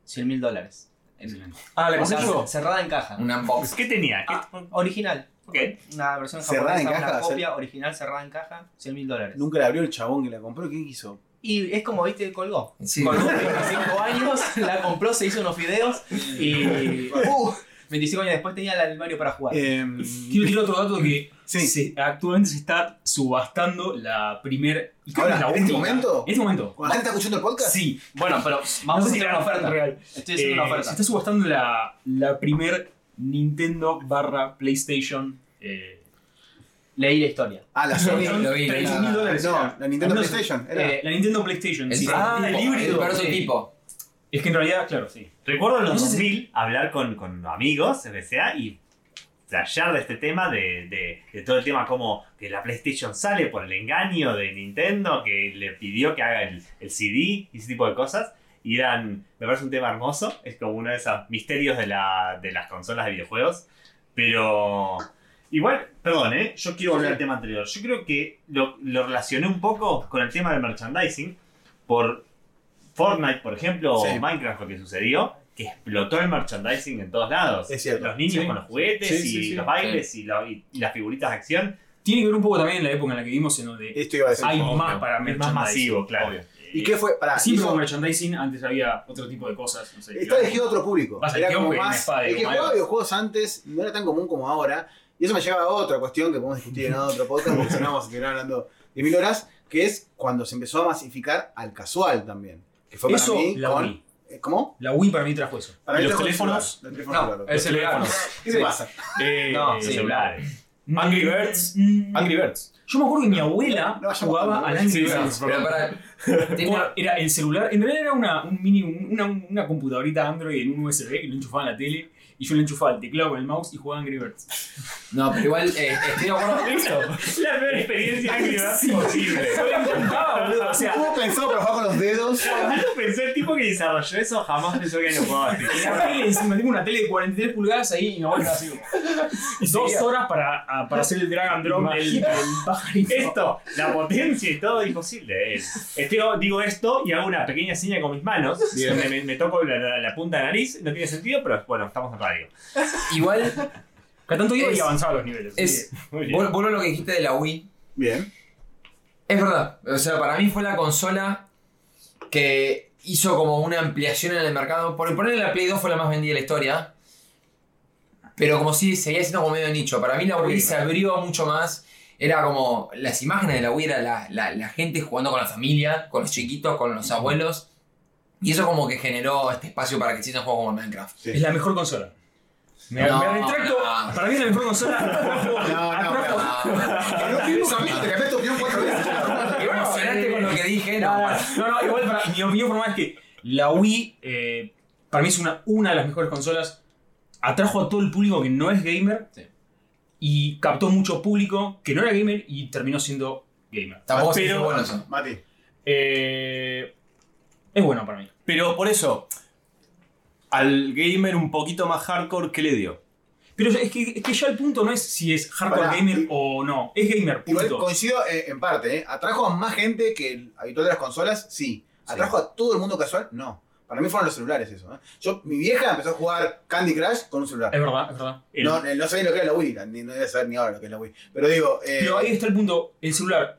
100 mil dólares. En- Ah, o sea, cer- cerrada en caja. Un unbox. ¿Qué tenía? ¿Qué- Original. Ok. Una versión Cerrada japonesa, en una caja, copia original cerrada en caja, 100 mil dólares. Nunca la abrió el chabón que la compró. ¿Qué hizo? Y es como, viste, colgó. Sí. Colgó 25 años, la compró, se hizo unos videos y Uh, 25 años después tenía la del Mario para jugar. em, Quiero tirar otro dato que Sí. se- actualmente se está subastando la primer... y creo que Ahora, es la ¿en este única. momento? En este momento. ¿Cuando la gente está escuchando el podcast? Sí. Bueno, pero No vamos sé a si tirar era una oferta. real. Estoy haciendo Eh, una Se oferta. está subastando la, la primer Nintendo barra PlayStation. eh, Leí la historia. Ah, la Sony. Lo vi, lo vi. La- 31.000 dólares No, era. la Nintendo No sé. PlayStation. Era. Eh, la Nintendo PlayStation. El sí. prototipo, Ah, el híbrido, El sí. prototipo. Es que en realidad, claro, sí. Recuerdo en los No sé si- 2000 hablar con, con amigos, sea y flashear de este tema, de, de- de todo el tema como que la PlayStation sale por el engaño de Nintendo, que le pidió que haga el, el CD y ese tipo de cosas. Y eran, me parece un tema hermoso, es como uno de esos misterios de, la- de las consolas de videojuegos. Pero igual, perdón, ¿eh? yo quiero volver al tema anterior. Yo creo que lo, lo relacioné un poco con el tema del merchandising, por Fortnite, por ejemplo, Sí. o Minecraft, lo que sucedió, que explotó el merchandising en todos lados. Es cierto. Los niños Sí. con los juguetes Sí, y sí, sí. los bailes y, la- y- y las figuritas de acción. Tiene que ver un poco también en la época en la que vivimos, en donde Esto iba a decir. hay obvio. más para Es más merchandising. Eh, masivo, claro. Obvio. ¿Y qué fue? Pará, Siempre hizo- con merchandising, antes había otro tipo de cosas. No sé, Está elegido otro público. Vas al Era como kiosco y una más. espada El y que un jugaba mago. videojuegos antes no era tan común como ahora. Y eso me lleva a otra cuestión que podemos discutir en otro podcast, porque si no vamos a seguir hablando de mil horas, que es cuando se empezó a masificar al casual también. Que fue para Eso, mí la con- Wii. eh, ¿Cómo? La Wii para mí trajo eso. Para mí ¿Los trajo el teléfonos? celular, los teléfonos No, celulares. el celular. ¿Qué te Sí. pasa? Eh, No, sí. Celulares. Angry Birds. Mm, Angry Birds. Yo me acuerdo que mi abuela No, no, jugaba no, al no, Angry sí, Birds. Pero para. Era- Era el celular, en realidad era una, un mini, un- una, una computadorita Android en un USB que lo enchufaba en la tele y yo lo enchufaba al teclado con el mouse y jugaba Angry Birds. No, pero igual eh, estoy de acuerdo con eso. La peor experiencia que me Sí. posible. Yo lo encantaba, boludo. O sea, ¿Cómo pensó trabajar con los dedos? Jamás lo pensó el tipo que desarrolló eso, jamás pensó que lo jugaba así. en la tele encima tengo una tele de 43 pulgadas ahí y mi abuela así como, Dos horas para, a- para hacer el drag and drop del, del pajarito. Esto, la potencia y todo, imposible. Es. Estoy- digo esto y hago una pequeña seña con mis manos. Bien. donde me, me toco la, la- la punta de la nariz, no tiene sentido, pero bueno, estamos en radio. Igual, Cada tanto iba y Es- avanzaba los niveles. es, Muy bien. vuelvo a lo que dijiste de la Wii. Bien. Es verdad. O sea, para mí fue la consola que hizo como una ampliación en el mercado. Por ponerle la Play 2 fue la más vendida de la historia. Pero como si seguía siendo como medio nicho. Para mí la Wii se abrió mucho más. Era como las imágenes de la Wii, era la, la- la gente jugando con la familia, con los chiquitos, con los abuelos. Y eso como que generó este espacio para que existan juegos como Minecraft. Es la mejor consola. Me, No, me retracto. no. Para mí es la mejor consola. Atrajo- No, no, atrajo- pero- Amigo, te cambiaste tu opinión cuatro veces. Y bueno, emocionaste con lo que dije, no. para- No, no, igual para, mi opinión formal es que la Wii eh, para mí es una, una de las mejores consolas. Atrajo a todo el público que no es gamer Sí. y captó mucho público que no era gamer y terminó siendo gamer. Tampoco se Pero- hizo bueno eso. Mati. Eh, es bueno para mí. Pero por eso, al gamer un poquito más hardcore, ¿qué le dio? Pero es que, es que ya el punto no es si es hardcore Pará, gamer y- o no. Es gamer, Igual punto. coincido eh, en parte, ¿eh? ¿Atrajo a más gente que el habitual de las consolas? Sí. ¿Atrajo a todo el mundo casual? No. Para mí fueron los celulares eso. ¿eh? Yo, mi vieja empezó a jugar Candy Crush con un Es celular. verdad, es verdad. El- No, eh, no sabía lo que era la Wii, ni- no debe saber ni ahora lo que es la Wii. Pero digo, eh, Pero ahí está el punto. El celular.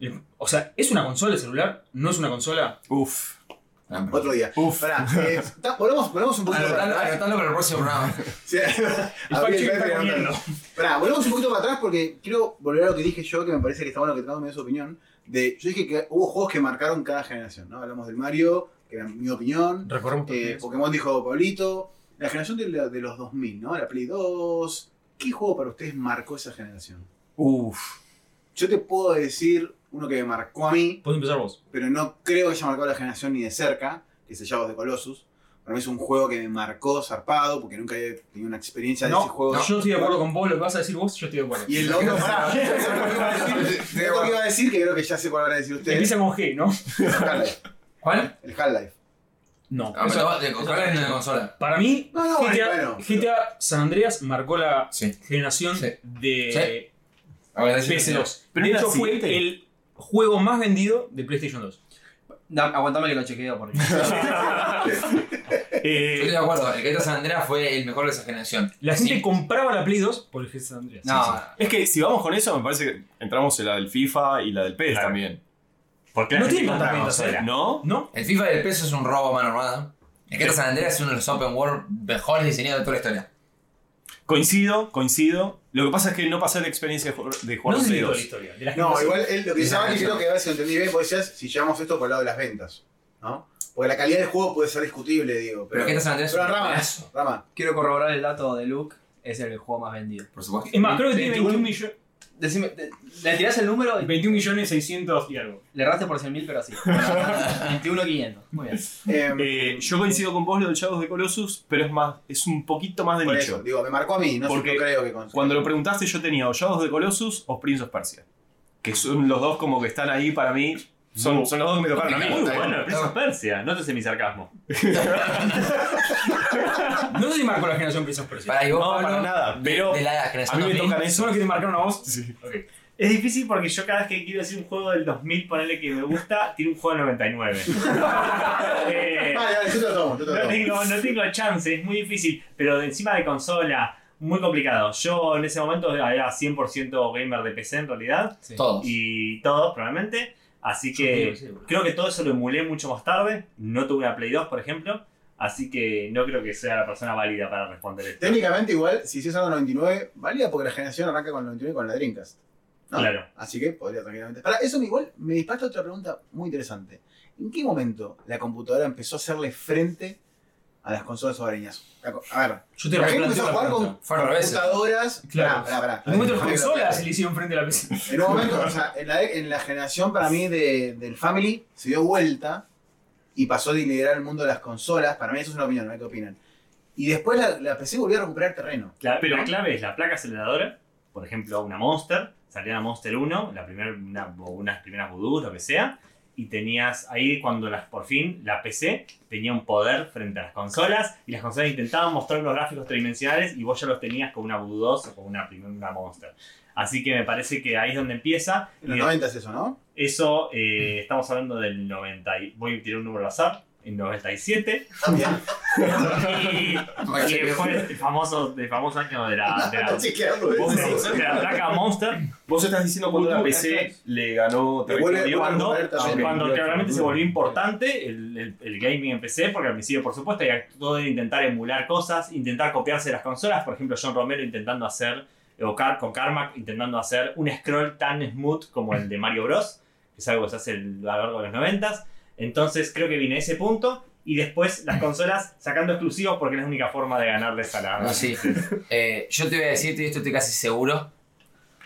El- O sea, ¿es una consola el celular? ¿No es una consola? Uf. otro día. Uf. Pará, eh, ta- volvemos, volvemos un poquito para Anotalo, atrás. anotalo para el próximo programa. Sí. Ah, El Abrí fact-check el está Patreon, comiendo. Pará, volvemos un poquito para atrás porque quiero volver a lo que dije yo, que me parece que está bueno que tengamos medio su opinión. De, yo dije que hubo juegos que marcaron cada generación, ¿no? Hablamos del Mario, que era mi opinión. Recorremos Eh, Pokémon dijo Pablito. La generación de, la- de los 2000, ¿no? La Play 2. ¿Qué juego para ustedes marcó esa generación? Uf. Yo te puedo decir uno que me marcó a mí, Puedes empezar vos. pero no creo que haya marcado la generación ni de cerca, que es el Shadow of the Colossus. Para mí es un juego que me marcó zarpado porque nunca he tenido una experiencia de ese juego. yo estoy de acuerdo con vos. Lo que vas a decir vos, yo estoy de acuerdo. Y el otro, pará, el otro que iba a decir, que creo que ya sé cuál van a decir ustedes, Empieza con G, ¿no? es Half-Life. ¿Cuál? El Half-Life. No. Ah, Eso- pero de consola en una consola. para mí, No, no, GTA, bueno, pero- GTA San Andreas marcó la Sí. generación Sí. de A ver, decime. PS2. Pero de es la hecho, fue siguiente. el juego más vendido de PlayStation 2. Da- aguantame que lo chequeo porque. Yo Eh, estoy de acuerdo, el Greta San Andreas fue el mejor de esa generación. La gente Sí. compraba la Play 2 por el GTA San Andreas. No, es que si vamos con eso, me parece que entramos en la del FIFA y la del PES Claro. también. Porque No la gente tiene eh. compra tantas ventas, consola. ¿No? ¿No? El FIFA del peso es un robo a mano armada. El Greta San Andreas es uno de los open world mejores diseñados de toda la historia. Coincido, coincido. Lo que pasa es que no pasé la experiencia de jugar de jugar no los sé de toda la dedos. historia. de la No, generación. igual él, lo que decía Mati creo que a ver si lo entendí bien, porque decías, si llevamos esto por el lado de las ventas, ¿no? Porque la calidad del juego puede ser discutible, digo. Pero Pero, el Greta San Andreas es pero un Rama, pedazo, Rama, Quiero corroborar el dato de Luke, es el juego más vendido. por supuesto. Es más, creo que Sí, tiene igual- 21 millones. Decime, te- le tirás el número y 21 millones 600 y algo. le erraste por 100.000, pero así. 21.500. Muy bien. em, Eh, yo coincido con vos lo del Shadows de Colossus, pero es más, es un poquito más de por nicho. eso, digo, me marcó a mí, no, sé, Porque no creo que con... Cuando lo preguntaste, yo tenía o Shadows de Colossus o Prince of Persia. Que son los dos como que están ahí para mí. Son, son los dos que me tocaron a Muy mí. bueno, el Prince of Persia. Nótese mi sarcasmo. No sé si marcó la generación Prince of Persia. Para y vos, No, Pablo, para nada. Pero de la a generación mí me 2000, tocan eso. ¿Son los que te marcaron a vos? Sí. Es difícil porque yo cada vez que quiero decir un juego del 2000, ponerle que me gusta, tiene un juego del 99. Vale, Eh, vale, Ah, yo te lo tomo, yo te lo no, tomo. tengo, no tengo chance, es muy difícil. Pero encima de consola, muy complicado. Yo en ese momento era 100% gamer de PC en realidad. todos. Y todos probablemente. Así que creo que todo eso lo emulé mucho más tarde. No tuve una Play 2, por ejemplo. Así que no creo que sea la persona válida para responder esto. Técnicamente igual, si hiciste algo en 99, valía porque la generación arranca con el 99 con la Dreamcast. ¿no? Claro. Así que podría tranquilamente. Para eso me igual me disparaste otra pregunta muy interesante. ¿En qué momento la computadora empezó a hacerle frente a las consolas hogareñas? La co- A ver, Yo te la gente replanteo empezó a la jugar pregunta. con Fue al revés. computadoras. Pará, Claro. pará, pará. En un momento las Déjame que lo consolas aclare. le hicieron frente a la PC. En un momento, o sea, en la, de- en la generación para mí de- del Family se dio vuelta y pasó de liderar el mundo de las consolas. Para mí eso es una opinión, no hay que opinan. Y después la, la PC volvió a recuperar terreno. La, Pero- la clave es la placa aceleradora, por ejemplo, una Monster, salía la Monster 1, la primer, una, o unas primeras Voodoo, lo que sea, y tenías ahí cuando las, por fin la PC tenía un poder frente a las consolas, y las consolas intentaban mostrar los gráficos tridimensionales, y vos ya los tenías con una Voodoo 2 o con una, primer- una Monster. Así que me parece que ahí es donde empieza. En los y 90 es eso, ¿no? eso, eh, estamos hablando del 90, y voy a tirar un número al azar, en 97. También. Y, y el, juez- el famoso, el famoso año de la, de la, Así que hablo de de eso. la- de la placa eh, Monster. Vos estás diciendo cuando la PC le ganó Te vuelve- territorio vuelve a Cuando, recuperar también. cuando Yo- claramente se volvió importante el, el- el gaming en PC, porque al principio, por supuesto, había todo de intentar emular cosas, intentar copiarse las consolas. Por ejemplo, John Romero intentando hacer, o Car- con Carmack intentando hacer un scroll tan smooth como el de Mario Bros., que es algo que se hace el- a lo largo de los 90 Entonces, creo que vine a ese punto. Y después las consolas sacando exclusivos porque es la única forma de ganarles a la. No, sí. Eh, yo te voy a decir, y esto estoy casi seguro,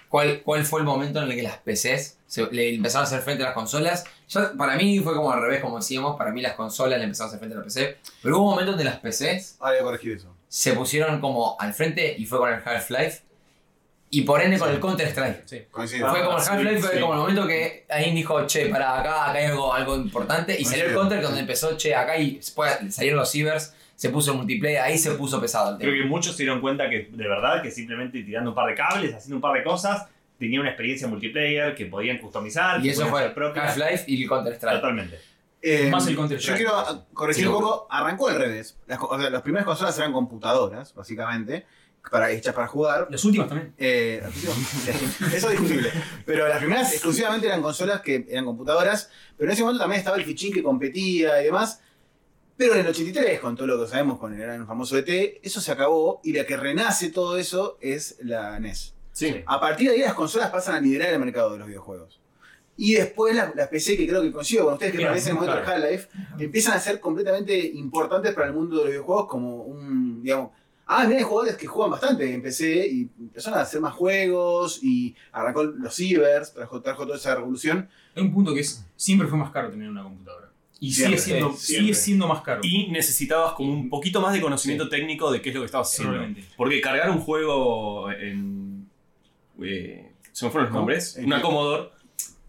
cuál, cuál fue el momento en el que las PCs se- le empezaron a hacer frente a las consolas. Ya, para mí fue como al revés, como decíamos, para mí las consolas le empezaron a hacer frente a la PC. Pero hubo un momento donde las PCs Ah, voy a corregir eso. se pusieron como al frente y fue con el Half-Life y por ende con el Counter-Strike. Coincido. Fue como el Half-Life, fue sí. como el momento que ahí dijo, che, para acá, acá hay algo, algo importante. Y Ah, salió el sí. Counter, que donde empezó, che, acá y después salieron los cibers, se puso el multiplayer, ahí se puso pesado el tema. Creo que muchos se dieron cuenta que, de verdad, que simplemente tirando un par de cables, haciendo un par de cosas, tenían una experiencia multiplayer que podían customizar. Y que eso podían fue hacer propia. Half-life y el Counter-Strike. Totalmente. Eh, Más el Counter Yo Strike. quiero a- corregir Sí, un poco. Arrancó al revés. Las, co- o sea, las primeras consolas eran computadoras, básicamente, para, hechas para jugar. Las últimas también. Eh, eso es discutible. Pero las primeras exclusivamente eran consolas que eran computadoras. Pero en ese momento también estaba el fichín que competía y demás. Pero en el 83, con todo lo que sabemos con el gran famoso ET, eso se acabó. Y la que renace todo eso es la E NES. Sí. A partir de ahí las consolas pasan a liderar el mercado de los videojuegos. Y después las las PC, que creo que coincido con ustedes, que Bien, parecen el momento de claro. Half-Life, empiezan a ser completamente importantes para el mundo de los videojuegos como un, digamos, ah, mira, hay jugadores que juegan bastante en PC y empezaron a hacer más juegos y arrancó los cibers, trajo, trajo toda esa revolución. Hay un punto que es, siempre fue más caro tener una computadora. Y Siempre, sigue, siendo, siempre. sigue siendo más caro. Y necesitabas como un poquito más de conocimiento técnico de qué es lo que estabas haciendo. Probablemente. Porque cargar un juego en. eh, se me fueron los ¿Cómo? nombres. ¿En Una qué? Commodore.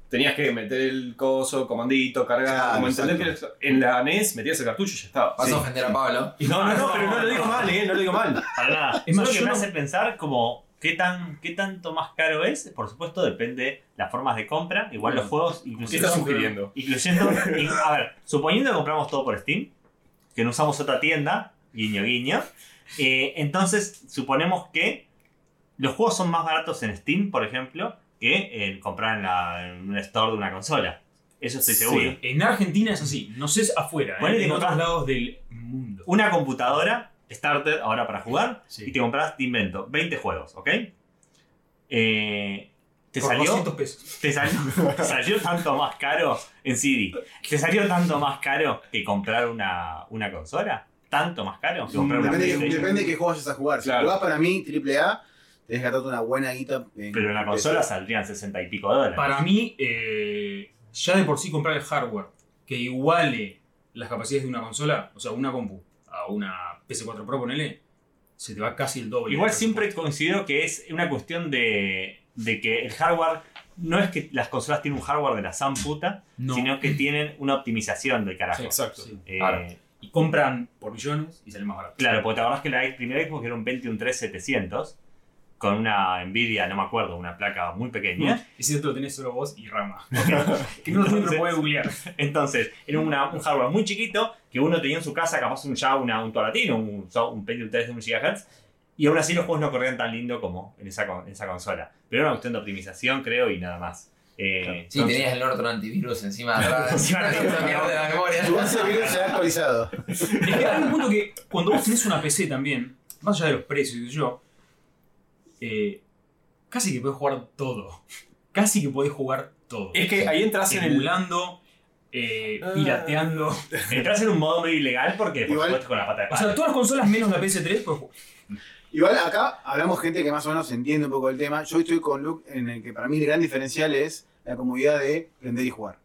Tenías que meter el coso, comandito, cargar. Claro, como entender que en la NES metías el cartucho y ya estaba. Vas Sí. a ofender a Pablo. No, no, no, pero no lo digo mal, eh, no lo digo mal. Para nada. Es Es más, lo que yo me no- hace pensar como qué tan qué tanto más caro es. Por supuesto, depende las formas de compra. Igual Mm. los juegos, ¿Qué inclusive. estás sugiriendo? Incluyendo. in- a ver, suponiendo que compramos todo por Steam, que no usamos otra tienda, guiño, guiño. eh, entonces, suponemos que los juegos son más baratos en Steam, por ejemplo, que en comprar en, la- en un store de una consola. Eso estoy seguro. Sí. En Argentina es así. No sé si afuera. Ponele ¿eh? que En otros contás- lados del mundo. Una computadora, starter, ahora para jugar, Sí. y te compras, te invento, 20 juegos, ¿ok? Eh, te, Por salió, 200 pesos. te salió te salió tanto más caro en CD. ¿Te salió tanto más caro que comprar una, una consola? ¿Tanto más caro que comprar una Depende, de- PlayStation? depende de qué juegos vas a jugar. Si Claro. jugás para mí, AAA, tenés que gastarte una buena guita. en- Pero en la consola saldrían 60 y pico de dólares. Para mí, eh, ya de por sí comprar el hardware que iguale las capacidades de una consola, o sea, una compu a una PS4 Pro, ponele, se te va casi el doble. Igual siempre considero que es una cuestión de, de que el hardware. No es que las consolas tienen un hardware de la san puta, No. sino que tienen una optimización del carajo. Sí, Exacto. sí. Eh, Claro. Y compran por millones y sale más barato. Claro, porque te acordás que la ex- primera Xbox era un 21 3700 con una Nvidia, no me acuerdo, una placa muy pequeña. Y si te lo tenés solo vos y Rama. que no lo tiene, Entonces- pero puede googlear. Entonces, era una- un hardware muy chiquito que uno tenía en su casa, capaz un, ya una, un Toratino, un, so- un Pentium 3 de 1 GHz. Y aún así los juegos no corrían tan lindo como en esa, con- en esa consola. Pero era una cuestión de optimización, creo, y nada más. Eh, Sí, entonces- tenías el Norton antivirus encima de la, Encima de la- mierda de la memoria. Igual ese video se ha actualizado. Es que hay un punto que cuando vos tenés una PC también, más allá de los precios y qué sé yo, eh, casi que podés jugar todo. Casi que podés jugar todo. Es que ahí entras en el. Ah. Emulando, eh, pirateando. Entrás en un modo medio ilegal porque, por Igual- supuesto, con la pata de O sea, palo. todas las consolas menos la PS3, pues Igual acá hablamos gente que más o menos entiende un poco el tema. Yo estoy con Luke en el que para mí el gran diferencial es la comodidad de prender y jugar.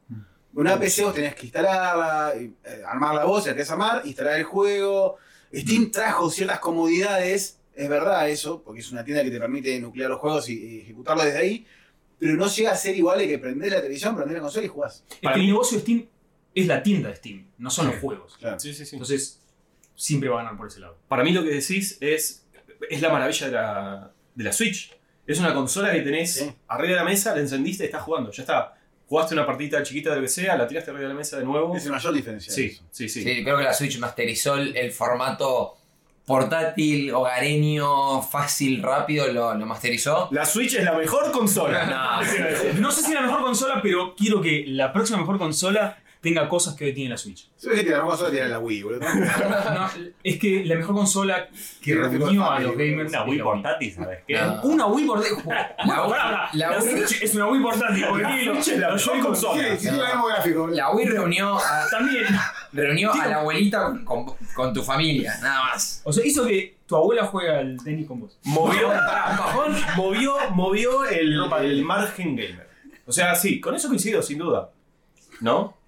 Una PC vos tenés que instalarla, eh, armarla vos, si la querés armar, instalar el juego. Steam trajo ciertas comodidades, es verdad eso, porque es una tienda que te permite nuclear los juegos y, y ejecutarlos desde ahí. Pero no llega a ser igual de que prender la televisión, prender la consola y jugás. es Para que el mí- negocio de Steam es la tienda de Steam, no son los juegos. Claro. Sí, sí, sí. Entonces, siempre va a ganar por ese lado. Para mí lo que decís es, es la maravilla de la, de la Switch. Es una consola que tenés Sí. arriba de la mesa, la encendiste, estás jugando, ya está. jugaste una partita chiquita de lo que sea, la tiraste arriba de la mesa de nuevo. Es el mayor diferencial. Sí, sí, sí. Sí. creo que la Switch masterizó el, el formato portátil, hogareño, fácil, rápido, lo, lo masterizó. La Switch es la mejor consola. No. Eso iba a decir. Ah, No sé si la mejor consola, pero quiero que la próxima mejor consola tenga cosas que hoy tiene la Switch. Si hubiese tirado cosas, tirar la Wii, boludo. No, es que la mejor consola que Pero reunió fue a los fácil, gamers. Una es Wii la portátil, ¿sabes qué? No. Una Wii portátil. La, la- la Wii- Switch es una Wii portátil. Porque tiene los- Switch es la los mejor Joy-Con. consola. Sí, sí, lo mismo gráfico. boludo. La Wii reunió a, También. reunió a la abuelita con, con- con tu familia, nada más. O sea, hizo que tu abuela juegue al tenis con vos. Movió, Bajón. movió, movió el, Ropa el de- margen gamer. O sea, sí, con eso coincido, sin duda. ¿No?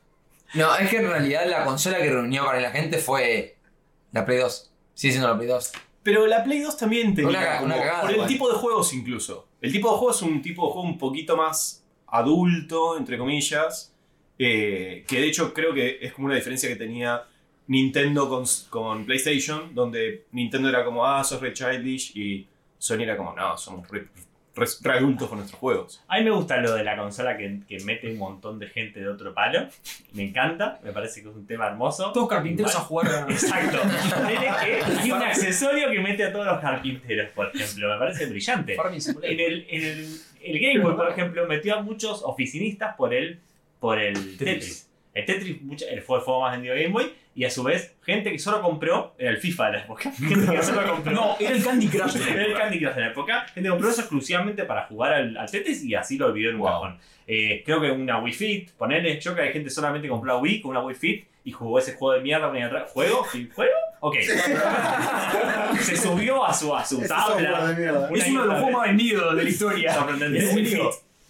No, es que en realidad la consola que reunió para la gente fue la Play 2. Sigue siendo la Play 2. Pero la Play 2 también tenía Una ca- como- una cagada, por el igual. tipo de juegos incluso. El tipo de juego es un tipo de juego un poquito más adulto, entre comillas, eh, que de hecho creo que es como una diferencia que tenía Nintendo con, con PlayStation, donde Nintendo era como, ah, sos re childish, y Sony era como, no, somos re, re- re adultos con nuestros juegos. A mí me gusta lo de la consola que, que mete un montón de gente de otro palo. Me encanta, me parece que es un tema hermoso. Todos carpinteros a jugar. a- Exacto. Tiene que- y un accesorio que mete a todos los carpinteros, por ejemplo. Me parece brillante. Farming En Simulator. el, en el, el Game Boy, por ejemplo, metió a muchos oficinistas por el, por el Tetris. El Tetris mucha- el- fue el juego más vendido de Game Boy. Y a su vez, gente que solo compró era el FIFA de la época. Gente que solo compró. No, era el Candy Crush. Era el Candy Crush de la época. Gente que compró eso exclusivamente para jugar al, al Tetris y así lo olvidó en un Wow. cajón. Eh, creo que una Wii Fit, ponerle yo creo que hay gente que solamente compró la Wii con una Wii Fit y jugó ese juego de mierda una y otra- ¿Juego? ¿Sí? ¿Juego? Ok. Se subió a su, a su Ese software tabla. de mierda. Es uno de los juegos más vendidos de la historia. Sorprendente. El Wii Fit.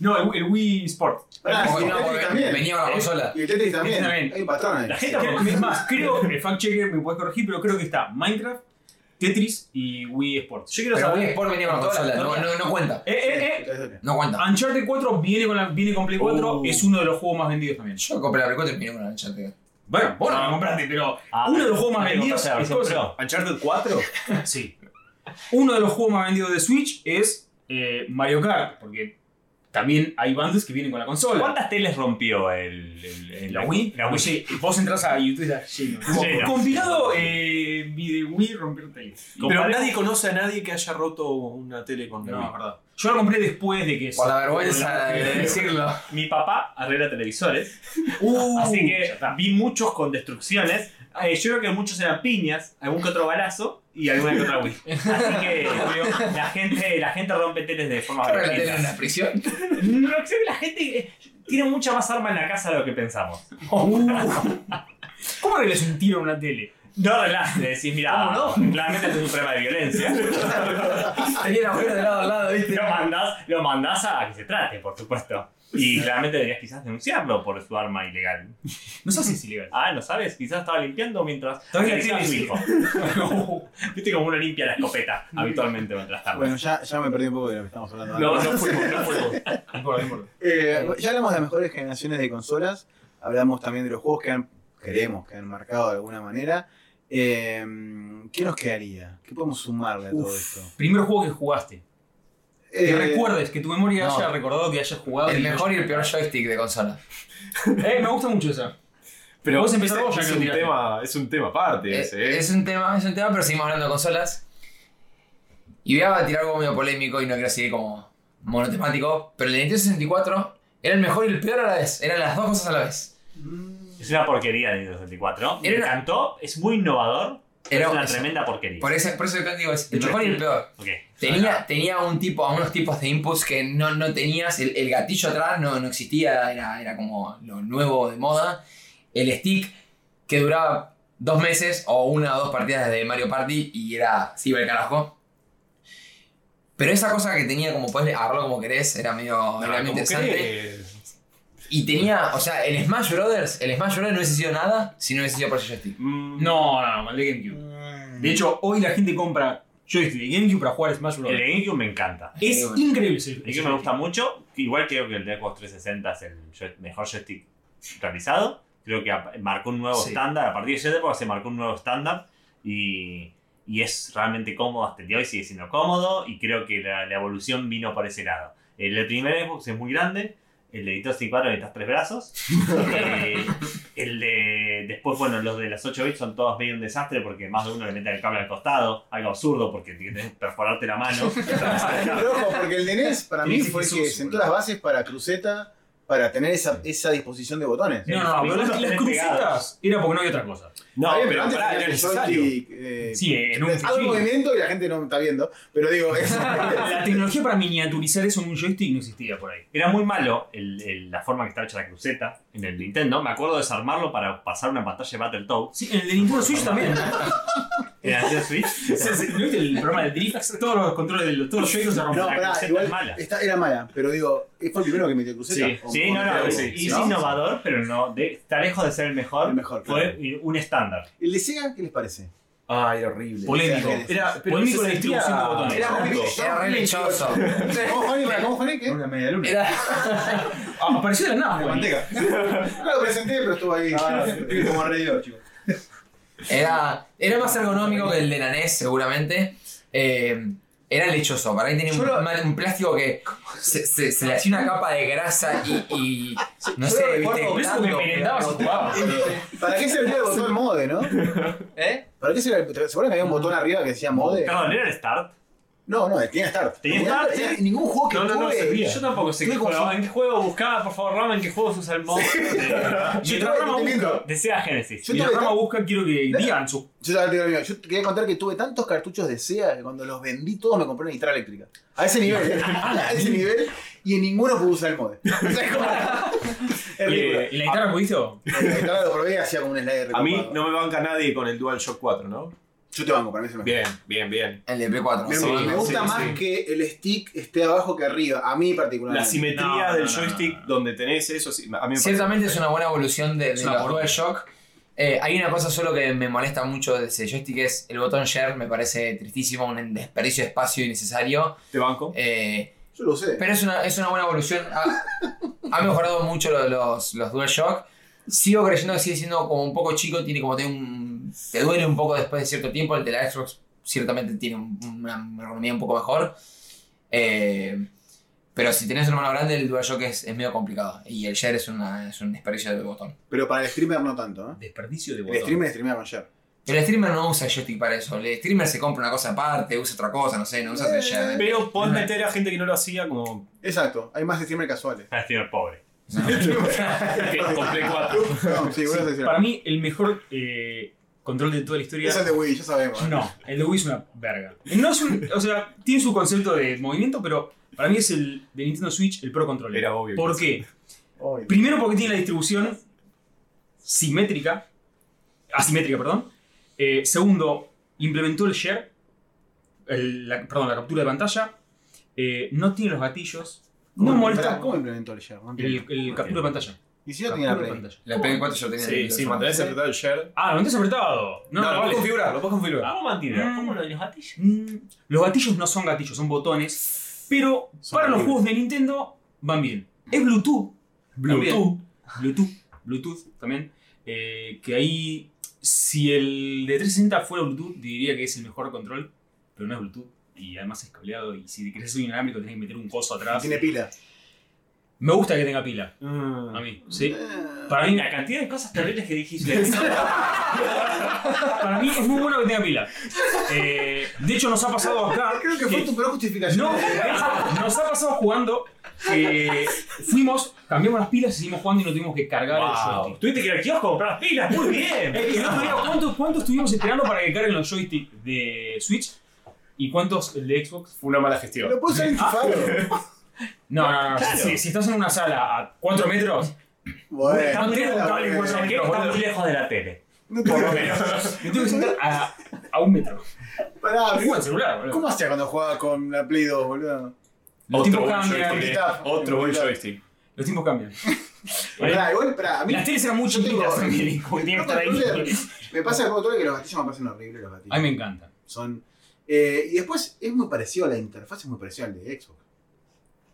No, el, el Wii Sport. Ah, Pará, Porque y no, el porque Tetris también. venía con la ¿Eh? consola. Y el Tetris también. también. Hay un patrón ahí. La gente Creo- Es más, creo, el fact checker me puedes corregir, pero creo que está Minecraft, Tetris y Wii Sports. Yo quiero Pero Wii saber. Sport venía con Ah, la consola, no, no, no cuenta. Eh, eh, eh. No cuenta. Uncharted 4 viene con, la, viene con Play 4, Uh. es uno de los juegos más vendidos también. Yo compré la Play 4 y vine con la Uncharted. Bueno, Vos no lo bueno, compraste, pero Ah, uno de los juegos no más te vendidos compraste la es versión cosa. Pro. Uncharted 4. Sí. Uno de los juegos más vendidos de Switch es eh, Mario Kart, porque también hay bandas que vienen con la consola. ¿Cuántas teles rompió el, el- el- La Wii, La Wii. Oye, vos entras a YouTube y está lleno. Como Lleno. Compilado eh, video Wii romper tele. Pero nadie conoce a nadie que haya roto una tele con la No, Wii. es verdad. Yo lo compré después de que. Por la vergüenza de decirlo. Mi papá arregla televisores, Uh, así que vi muchos con destrucciones. Eh, yo creo que muchos eran piñas, algún que otro balazo y alguna que otra Wii. Así que obvio, la gente, la gente rompe teles de forma Ahora la tele en la violenta. prisión. No, creo que la gente eh, tiene mucha más arma en la casa de lo que pensamos. ¿Cómo arreglas un tiro a una tele? No arreglás, le decís, mirá, claramente es un problema de violencia. Tenía la mujer de lado al lado, ¿viste? lo mandás, lo mandás a, a que se trate, por supuesto. Y claramente deberías quizás denunciarlo por su arma ilegal. No sé si es ilegal. Ah, ¿no sabes? Quizás estaba limpiando mientras... Estaba en la mientras tele, estaba su hijo. Viste como uno limpia la escopeta habitualmente mientras tarda. Bueno, ya, ya me perdí un poco de lo que estamos hablando. no, no fuimos, no fuimos. No importa, no importa. Eh, ya hablamos de las mejores generaciones de consolas, hablamos también de los juegos que han, creemos que han marcado de alguna manera. Eh, ¿Qué nos quedaría? ¿Qué podemos sumarle a todo esto? Primer juego que jugaste. Que Eh, recuerdes, que tu memoria no. haya recordado que hayas jugado. El y no- mejor y el peor joystick de consola. Eh, me gusta mucho esa. Pero Vos empezá ese- vos, ya es, que lo un tiraste. tema, es un tema aparte Eh, ese, ¿eh? Es un tema, es un tema, pero seguimos hablando de consolas. Y voy a tirar algo medio polémico y no quiero seguir como monotemático, pero el Nintendo 64 era el mejor y el peor a la vez. Eran las dos cosas a la vez. Es una porquería de Nintendo 64, ¿no? Me Era una- encantó, es muy innovador, pero Era- es una es- tremenda porquería. Por eso, por eso que digo, es el Yo- mejor y el peor. Ok. Tenía, tenía un tipo, unos tipos de inputs que no, no tenías. El, el gatillo atrás no, no existía, era, era como lo nuevo de moda. El stick que duraba dos meses o una o dos partidas de Mario Party y era, se iba el carajo. Pero esa cosa que tenía, como podés agarrarlo como querés, era medio, Ah, No, era medio como interesante. que- Y tenía, o sea, el Smash Brothers, el Smash Brothers no hubiese sido nada si no hubiese sido por ese joystick. Mm, No, no, no, el de GameCube. mm, De hecho, hoy la gente compra joystick de GameCube para jugar a Smash El Bros. de GameCube me encanta. Es Sí, bueno. increíble ese El que me gusta mucho, igual creo que el de Xbox 360 es el joy- mejor joystick realizado. Creo que ap- marcó un nuevo Sí. estándar. A partir de esa época se marcó un nuevo estándar y, y es realmente cómodo hasta el día de hoy, sigue siendo cómodo y creo que la, la evolución vino por ese lado. El, primer Xbox es muy grande, el de Guitar 64 de estas tres brazos. Eh, el de. Después, bueno, los de las 8 bits son todos medio un desastre porque más de uno le mete el cable al costado, algo absurdo porque tienes que perforarte la mano. ah, Pero ojo, porque el de E NES para mí Tiene que fue el ser que Jesús, sentó boludo. las bases para Cruceta, para tener esa, esa disposición de botones. No, no, pero las, las crucetas era porque no había otra cosa. No, Está bien, pero, pará, tenías era el necesario. joystick, eh, Sí, en un Hago el cuchillo. movimiento y la gente no está viendo, pero digo, es- La tecnología para miniaturizar eso en un joystick no existía por ahí. Era muy malo el- el- la forma que estaba hecha la cruceta en el Nintendo. Me acuerdo de desarmarlo para pasar una pantalla de Battletoads Sí, en el de Nintendo Switch también. en la Nintendo Switch. O sea, ¿No viste el programa de Drift? Todos los controles de los, todos los joycons se No, rompieron. La pará, cruceta igual es mala. esta- era mala, pero digo, fue el primero que metió cruceta. Sí, O- sí, o- no, no, o- es, sí, es ¿no? innovador, pero no, de- está lejos de ser el mejor. El mejor, Fue un estándar. ¿El de Sega qué les parece? Ah, era horrible. Polémico. Era, pero Polémico se la distribución sentía- de botones. Era Era único. Era re lechoso. ¿Cómo Juaní? Pará, ¿Cómo Juaní? ¿Qué? Una media luna. Era Ah, apareció de la nada, De Juan. manteca. No lo presenté, pero estuvo ahí. Ah, Como alrededor, chicos. Era, era más ergonómico que el de la NES, seguramente. Eh, era lechoso, para ahí tenía un, Yo lo- mal- un plástico que se, se- se le hacía una capa de grasa y. y no yo sé, Eh, lo viste, recuerdo, Eso que blando. merendabas y jugabas. ¿Para qué servía el botón mode, no? ¿Eh? ¿Para qué servía el ¿Se acuerdan que había un botón arriba que decía mode? Perdón, ¿era el start? No, no, tenía start. Tenía start, tenía- sí. Ningún juego que No, no, no, juegue- servía. Yo tampoco sé Estoy qué juego. confundido. ¿En qué juego buscaba? Por favor, Rama, ¿en qué juegos usa el mod? De, Yo Mientras estaba Rama entendiendo. busca- de Sega Genesis. Yo mientras tuve- Rama busca, quiero que digan su Yo estaba teniendo lo mismo. Yo quería contar que tuve tantos cartuchos de SEA que cuando los vendí todos me compré una guitarra eléctrica. A ese nivel, ¿eh? a ese nivel. Y en ninguno pude usar el mod. O sea, es como- es ridículo. Eh, ¿Y la guitarra pudiste? o? La guitarra lo probé y hacía como un slider. A mí recopado. no me banca nadie con el DualShock 4, ¿no? Yo te banco, para mí es el mejor. Bien, bien, bien. El de Play 4. Me, Sí, me gusta sí, más sí. que el stick esté abajo que arriba, a mí La particularmente. simetría no, del no, no, joystick no. donde tenés eso, sí, a mí me parece. Ciertamente es una buena evolución de, Es de una los porra. DualShock. Eh, hay una cosa solo que me molesta mucho de ese joystick es el botón share, me parece tristísimo, un desperdicio de espacio innecesario. Te banco. Eh, Yo lo usé. pero es una, es una buena evolución. Ha, ha mejorado mucho lo- los, los DualShock. Sigo creyendo que sigue siendo como un poco chico, tiene como te, un, te duele un poco después de cierto tiempo. El de la Xbox ciertamente tiene un- una ergonomía un poco mejor. Eh, pero si tenés una mano grande, el DualShock es, es medio complicado. Y el share es, una, es un desperdicio del botón. Pero para el streamer no tanto, ¿eh? Desperdicio de El streamer streamea con share. El streamer no usa joystick para eso. El streamer se compra una cosa aparte, usa otra cosa, no sé, no usa el share. Pero podés meter a gente que no lo hacía como. Exacto, hay más streamer casuales. Para streamer pobre. con Play 4. No, sí, bueno, sí, Para mí, el mejor eh, control de toda la historia. Eso es de Wii, ya sabemos. ¿eh? No, el de Wii es una verga. No es un, o sea, tiene su concepto de movimiento, pero para mí es el de Nintendo Switch el Pro Controller. Era obvio ¿Por que qué? Obvio. Primero porque tiene la distribución simétrica, asimétrica, perdón. Eh, segundo, implementó el share, el- la, perdón, la captura de pantalla. Eh, no tiene los gatillos. No ¿Cómo- molesta pará, ¿Cómo implementó el share? No el, entiendo. el captura de pantalla. Y si no tenía la Captura de Play. pantalla. La Play 4 yo tenía. Sí, el sí, teléfono. mantenés apretado el share. Ah, lo mantienes apretado. No, no, vale. configurar, lo puedes configurar. ¿Cómo mantiene? Mm. ¿Cómo lo de los gatillos? Mm, Los gatillos no son gatillos, son botones. Pero Son para los horribles. juegos de Nintendo van bien. Es Bluetooth. Bluetooth. También. Bluetooth. Bluetooth también. Eh, que ahí, si el de 360 fuera Bluetooth, diría que es el mejor control. Pero no es Bluetooth. Y además es cableado. Y si querés un inalámbrico, tenés que meter un coso atrás. Tiene pila. Me gusta que tenga pila. Mm. A mí, ¿sí? Para mí, La cantidad de cosas terribles que dijiste. para mí es muy bueno que tenga pila. Eh, de hecho, nos ha pasado acá. Creo que fue tu peor justificación. No, nos ha pasado jugando que fuimos, cambiamos las pilas y seguimos jugando y no tuvimos que cargar el wow. joystick. Tuviste que ir al kiosco a comprar las pilas. Muy bien. Eh, y el otro día, ¿cuánto, cuánto estuvimos esperando para que carguen los joysticks de Switch? ¿Y cuántos el de Xbox? Fue una mala gestión. Lo puedo usar Ah. enchufado. No, no, no. Si, si estás en una sala a 4 metros, Bueno. No tengo un cable en cuatro ¿Por qué está metros, muy boludo. lejos de la tele? No te lo me tengo que sentar a, a un metro. Pará, Juego al celular, boludo. ¿cómo hacía cuando jugaba con la Play 2, boludo? Los Otro tiempos buen cambian. joystick. eh. Está- Otro buen joystick. Los tiempos cambian. Pará, igual, pará, a mí. Las teles eran muy Yo tengo- chiquitas también. Me hijo, tenía que pasa estar el ahí. controller. Me pasa el control que los gatillos me parecen horribles los A mí gatillos. me encanta. Son. eh, y después es muy parecido, la interfaz es muy parecida al de Xbox.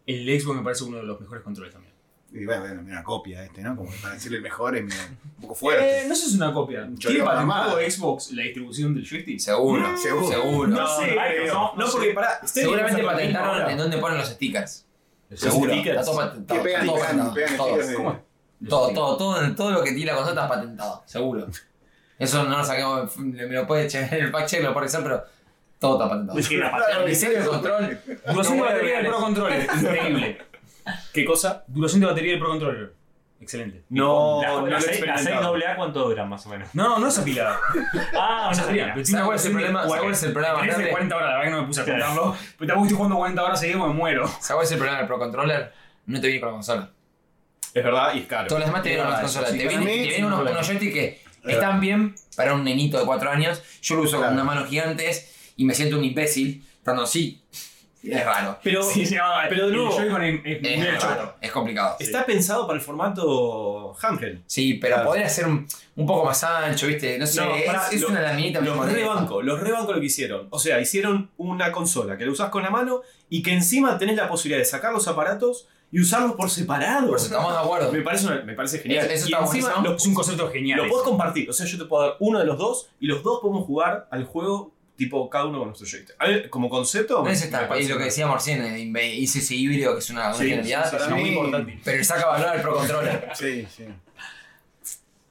El de Xbox me parece uno de los mejores controles también. Y bueno, bueno, una copia este, ¿no? Como para decirle el mejor es medio- un poco Eh, fuerte. no sé si es una copia. Un ¿Tiene choreo patentado mamado. Xbox la distribución del joystick? Seguro, Mm, seguro. seguro. seguro. sé, creo. no, no porque pará. Seguramente patentaron en dónde ponen los stickers. Seguro. Está todo patentado. Que pegan, todo pegan, patentado, pegan todo. stickers de- ¿Cómo? Todo, todo, todo, todo lo que tiene la consola está patentado, seguro. Eso no lo saquemos, me lo puede echar el fact check, lo puede ser, pero todo está patentado. Es que la patente- El diseño de control, Duración de batería del Pro Controller. Increíble. ¿Qué cosa? Duración de batería del Pro Controller. Excelente. No, la- no lo he la, 6, la experimentado. 6AA, ¿cuánto dura más o menos? No, no, no es apilada. Ah, No una sabía. pila. Pero tiene ¿Sabes una cuál es el duración problema? de ¿Sabes cuál es el problema más 13, grande? 40 horas, la verdad que no me puse a Claro. contarlo. Pero tampoco estoy jugando 40 horas seguido, me muero. ¿Sabes cuál es el problema del Pro Controller? No te viene con la consola. Es verdad y es caro. Todas las demás te vienen con la Ah, consola. sí, Te para vienen mí te es vienen un unos, problema. unos joystick que están bien para un nenito de 4 años. Yo lo uso Claro. con unas manos gigantes y me siento un imbécil. Estando así, es raro. Pero Sí, sí, ah, pero de el nuevo- Joy-Con es- es Es, muy raro, choto. es complicado. está pensado para el formato handheld. Sí, pero Claro. podría ser un, un poco más ancho, ¿viste? No sé, No, es, pará, es lo- una laminita muy Los modesta. rebanco, los rebanco lo que hicieron. O sea, hicieron una consola que la usás con la mano y que encima tenés la posibilidad de sacar los aparatos y usarlos por separado. Por eso estamos de acuerdo. Me parece, una- me parece genial. Eso- eso y está encima buenísimo. lo, Es un concepto genial. lo ese. podés compartir. O sea, yo te puedo dar uno de los dos y los dos podemos jugar al juego tipo cada uno con nuestro joystick. A ver, como concepto... No es me esta, parece y lo que una- decíamos recién, eh, inve- hice ese híbrido que es una, una Sí, genialidad, sí, sí, para sí, mí- muy importante. pero saca valor al Pro Controller. Sí, sí.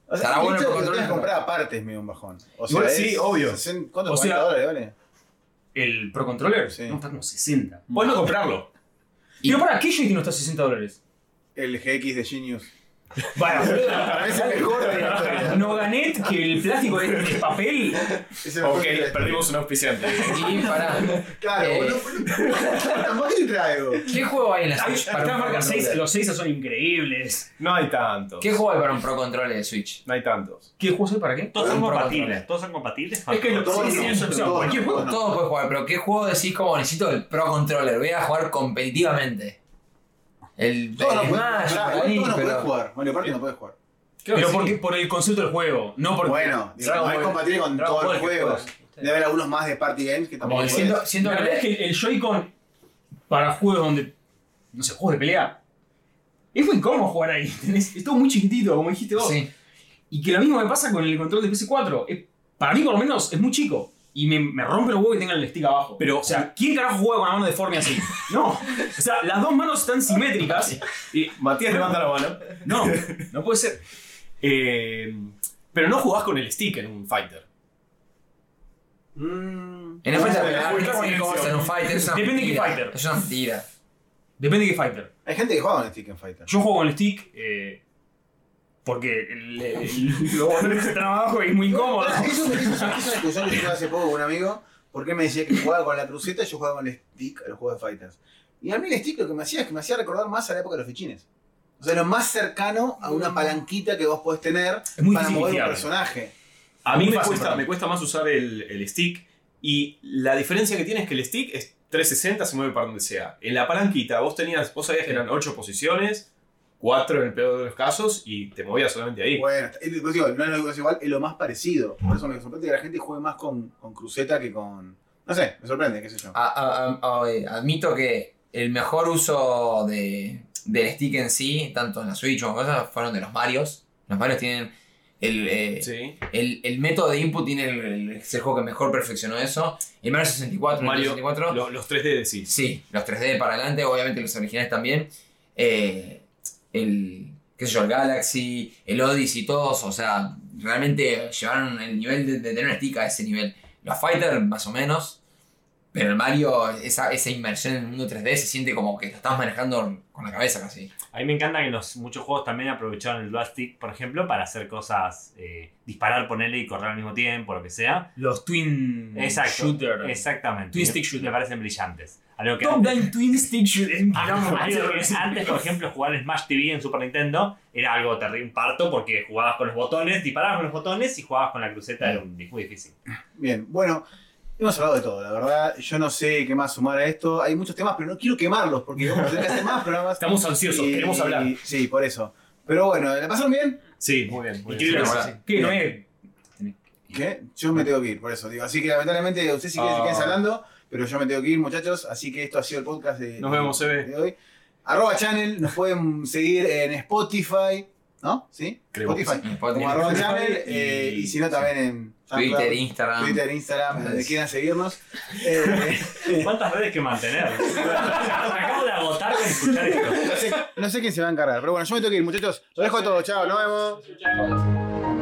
O sea, Estará el bueno hecho de que porque lo tengas no- que comprar aparte es medio un bajón. O sea, Igual es sí, obvio. 60 ¿Cuánto? O sea- 40 dólares, ¿vale? ¿El Pro Controller? Sí. No, está como 60. Bueno, comprarlo. Y- Pero para, ¿qué Joy-Con no está a 60 dólares? El GX de Genius. Vaya, boludo. Para mí es el mejor de la historia. No gané que el plástico es de papel. Es el mejor Ok, de la historia. perdimos un auspiciante. Y para, Claro, Eh. boludo. Tampoco te traigo. ¿qué juego hay en la Switch? para un Acá Pro marca Controller? 6, los 6 son increíbles. No hay tantos. ¿Qué juego hay para un Pro Controller de Switch? No hay tantos. ¿Qué juegos hay para qué? Todos son Un Pro compatibles. Controller. Todos son compatibles. Es que lo- Todos sí, sí, no, eso- o sea, todos cualquier no, juego- todos no. Todo puedes jugar, pero ¿qué juego decís como necesito el Pro Controller? Voy a jugar competitivamente. El, Todos no el pueden- Smash, pará, por ahí, todos no pueden pero... jugar. Mario Party no puede jugar. Pero porque, por el concepto del juego, no porque. Bueno, Dragon digamos, es Ball. compatible con Dragon todos los Ball que juegos. Debe haber algunos más de Party Games que tampoco Porque puedes. siento, siento la que verdad es que el Joy-Con para juegos donde. No sé, juegos de pelea. Es muy incómodo jugar ahí. tenés- Es todo muy chiquitito, como dijiste vos. Sí. Y que lo mismo me pasa con el control de PS4. Es- para mí, por lo menos, es muy chico. Y me, me rompe el huevo que tengan el stick abajo. Pero- o sea, ¿quién carajo juega con la mano deforme así? No. O sea, las dos manos están simétricas. Y- Matías levanta la mano. no, no puede ser. Eh, pero no jugás con el stick en un fighter. Mm. En el Bueno, Fighter, bueno, ¿cómo que bueno, cómo hacer un Fighter? Es una Depende de qué mentira, Fighter. Es una mentira. Depende de qué fighter. Hay gente que juega con Stick and Fighter. Yo juego con el stick eh, porque el, el- los botones están abajo y este es muy incómodo. Pará, Eso me hizo es una discusión que tuve hace poco con un amigo, porque él me decía que jugaba con la cruceta y yo jugaba con el stick a los juegos de fighters. Y a mí el stick lo que me hacía es que me hacía recordar más a la época de los fichines. O sea, lo más cercano a una palanquita que vos podés tener Es muy para difícil mover un fiar. personaje. A mí Muy me fácil, cuesta, perdón. me cuesta más usar el, el stick. Y la diferencia que tiene es que el stick es 360, se mueve para donde sea. En la palanquita, vos tenías, vos sabías que eran 8 posiciones, 4 en el peor de los casos, y te movías solamente ahí. Bueno, es- pues digo, no es lo que es igual, es lo más parecido. Por eso me sorprende que la gente juegue más con, con cruceta que con. No sé, me sorprende, qué sé yo. A- a- a- eh, admito que el mejor uso de, del stick en sí, tanto en la Switch como en cosas, fueron de los Marios. Los Marios tienen el, eh, Sí. el, el método de input, tiene el, el- es el juego que mejor perfeccionó eso. El Mario 64, el Mario, 64. lo- los 3D decís. Sí, los 3D para adelante, obviamente los originales también. Eh, el, qué sé yo, el Galaxy, el Odyssey, todos, o sea, realmente llevaron el nivel de, de tener una stick a ese nivel. Los Fighter, más o menos, pero el Mario, esa, esa inmersión en el mundo 3D se siente como que lo estás manejando con la cabeza casi. A mí me encanta que los, muchos juegos también aprovecharon el Dual Stick, por ejemplo, para hacer cosas, eh, disparar, ponerle y correr al mismo tiempo, lo que sea. Los twin Exacto. shooter. Exactamente. Twin stick shooter. Me parecen brillantes. Algo que Top antes- down twin stick shooter. Es un quilombo. Ah, algo que Antes, por ejemplo, jugar Smash TV en Super Nintendo era algo terrible, un parto, porque jugabas con los botones, disparabas con los botones y jugabas con la cruceta, era un- muy difícil. Bien, bueno, hemos hablado de todo, la verdad. Yo no sé qué más sumar a esto. Hay muchos temas, pero no quiero quemarlos porque vamos a tener que hacer más programas. Estamos ansiosos, Y- queremos hablar. Sí, por eso. Pero bueno, ¿la pasaron bien? Sí, muy bien. muy bien. Sí, Increíble, sí, sí. sí. ¿Qué? No es. ¿Qué? Yo me tengo que ir, por eso digo. Así que lamentablemente, usted si quiere se Ah. queden hablando, pero yo me tengo que ir, muchachos. Así que esto ha sido el podcast de, Nos vemos, Eve. de hoy. Arroba channel, nos pueden seguir en Spotify. ¿no? ¿Sí? Creo que Spotify. En Como Spotify, arroba ah, Spotify channel, eh, y, y- si no también en SoundCloud, Twitter, Instagram. Twitter, Instagram, donde Entonces- quieran seguirnos. Eh, ¿Cuántas redes que mantener? Me acabo de agotar con escuchar esto. no, sé, no sé quién se va a encargar, pero bueno, yo me tengo que ir, muchachos. Lo dejo a todos, chao, nos vemos. Chao.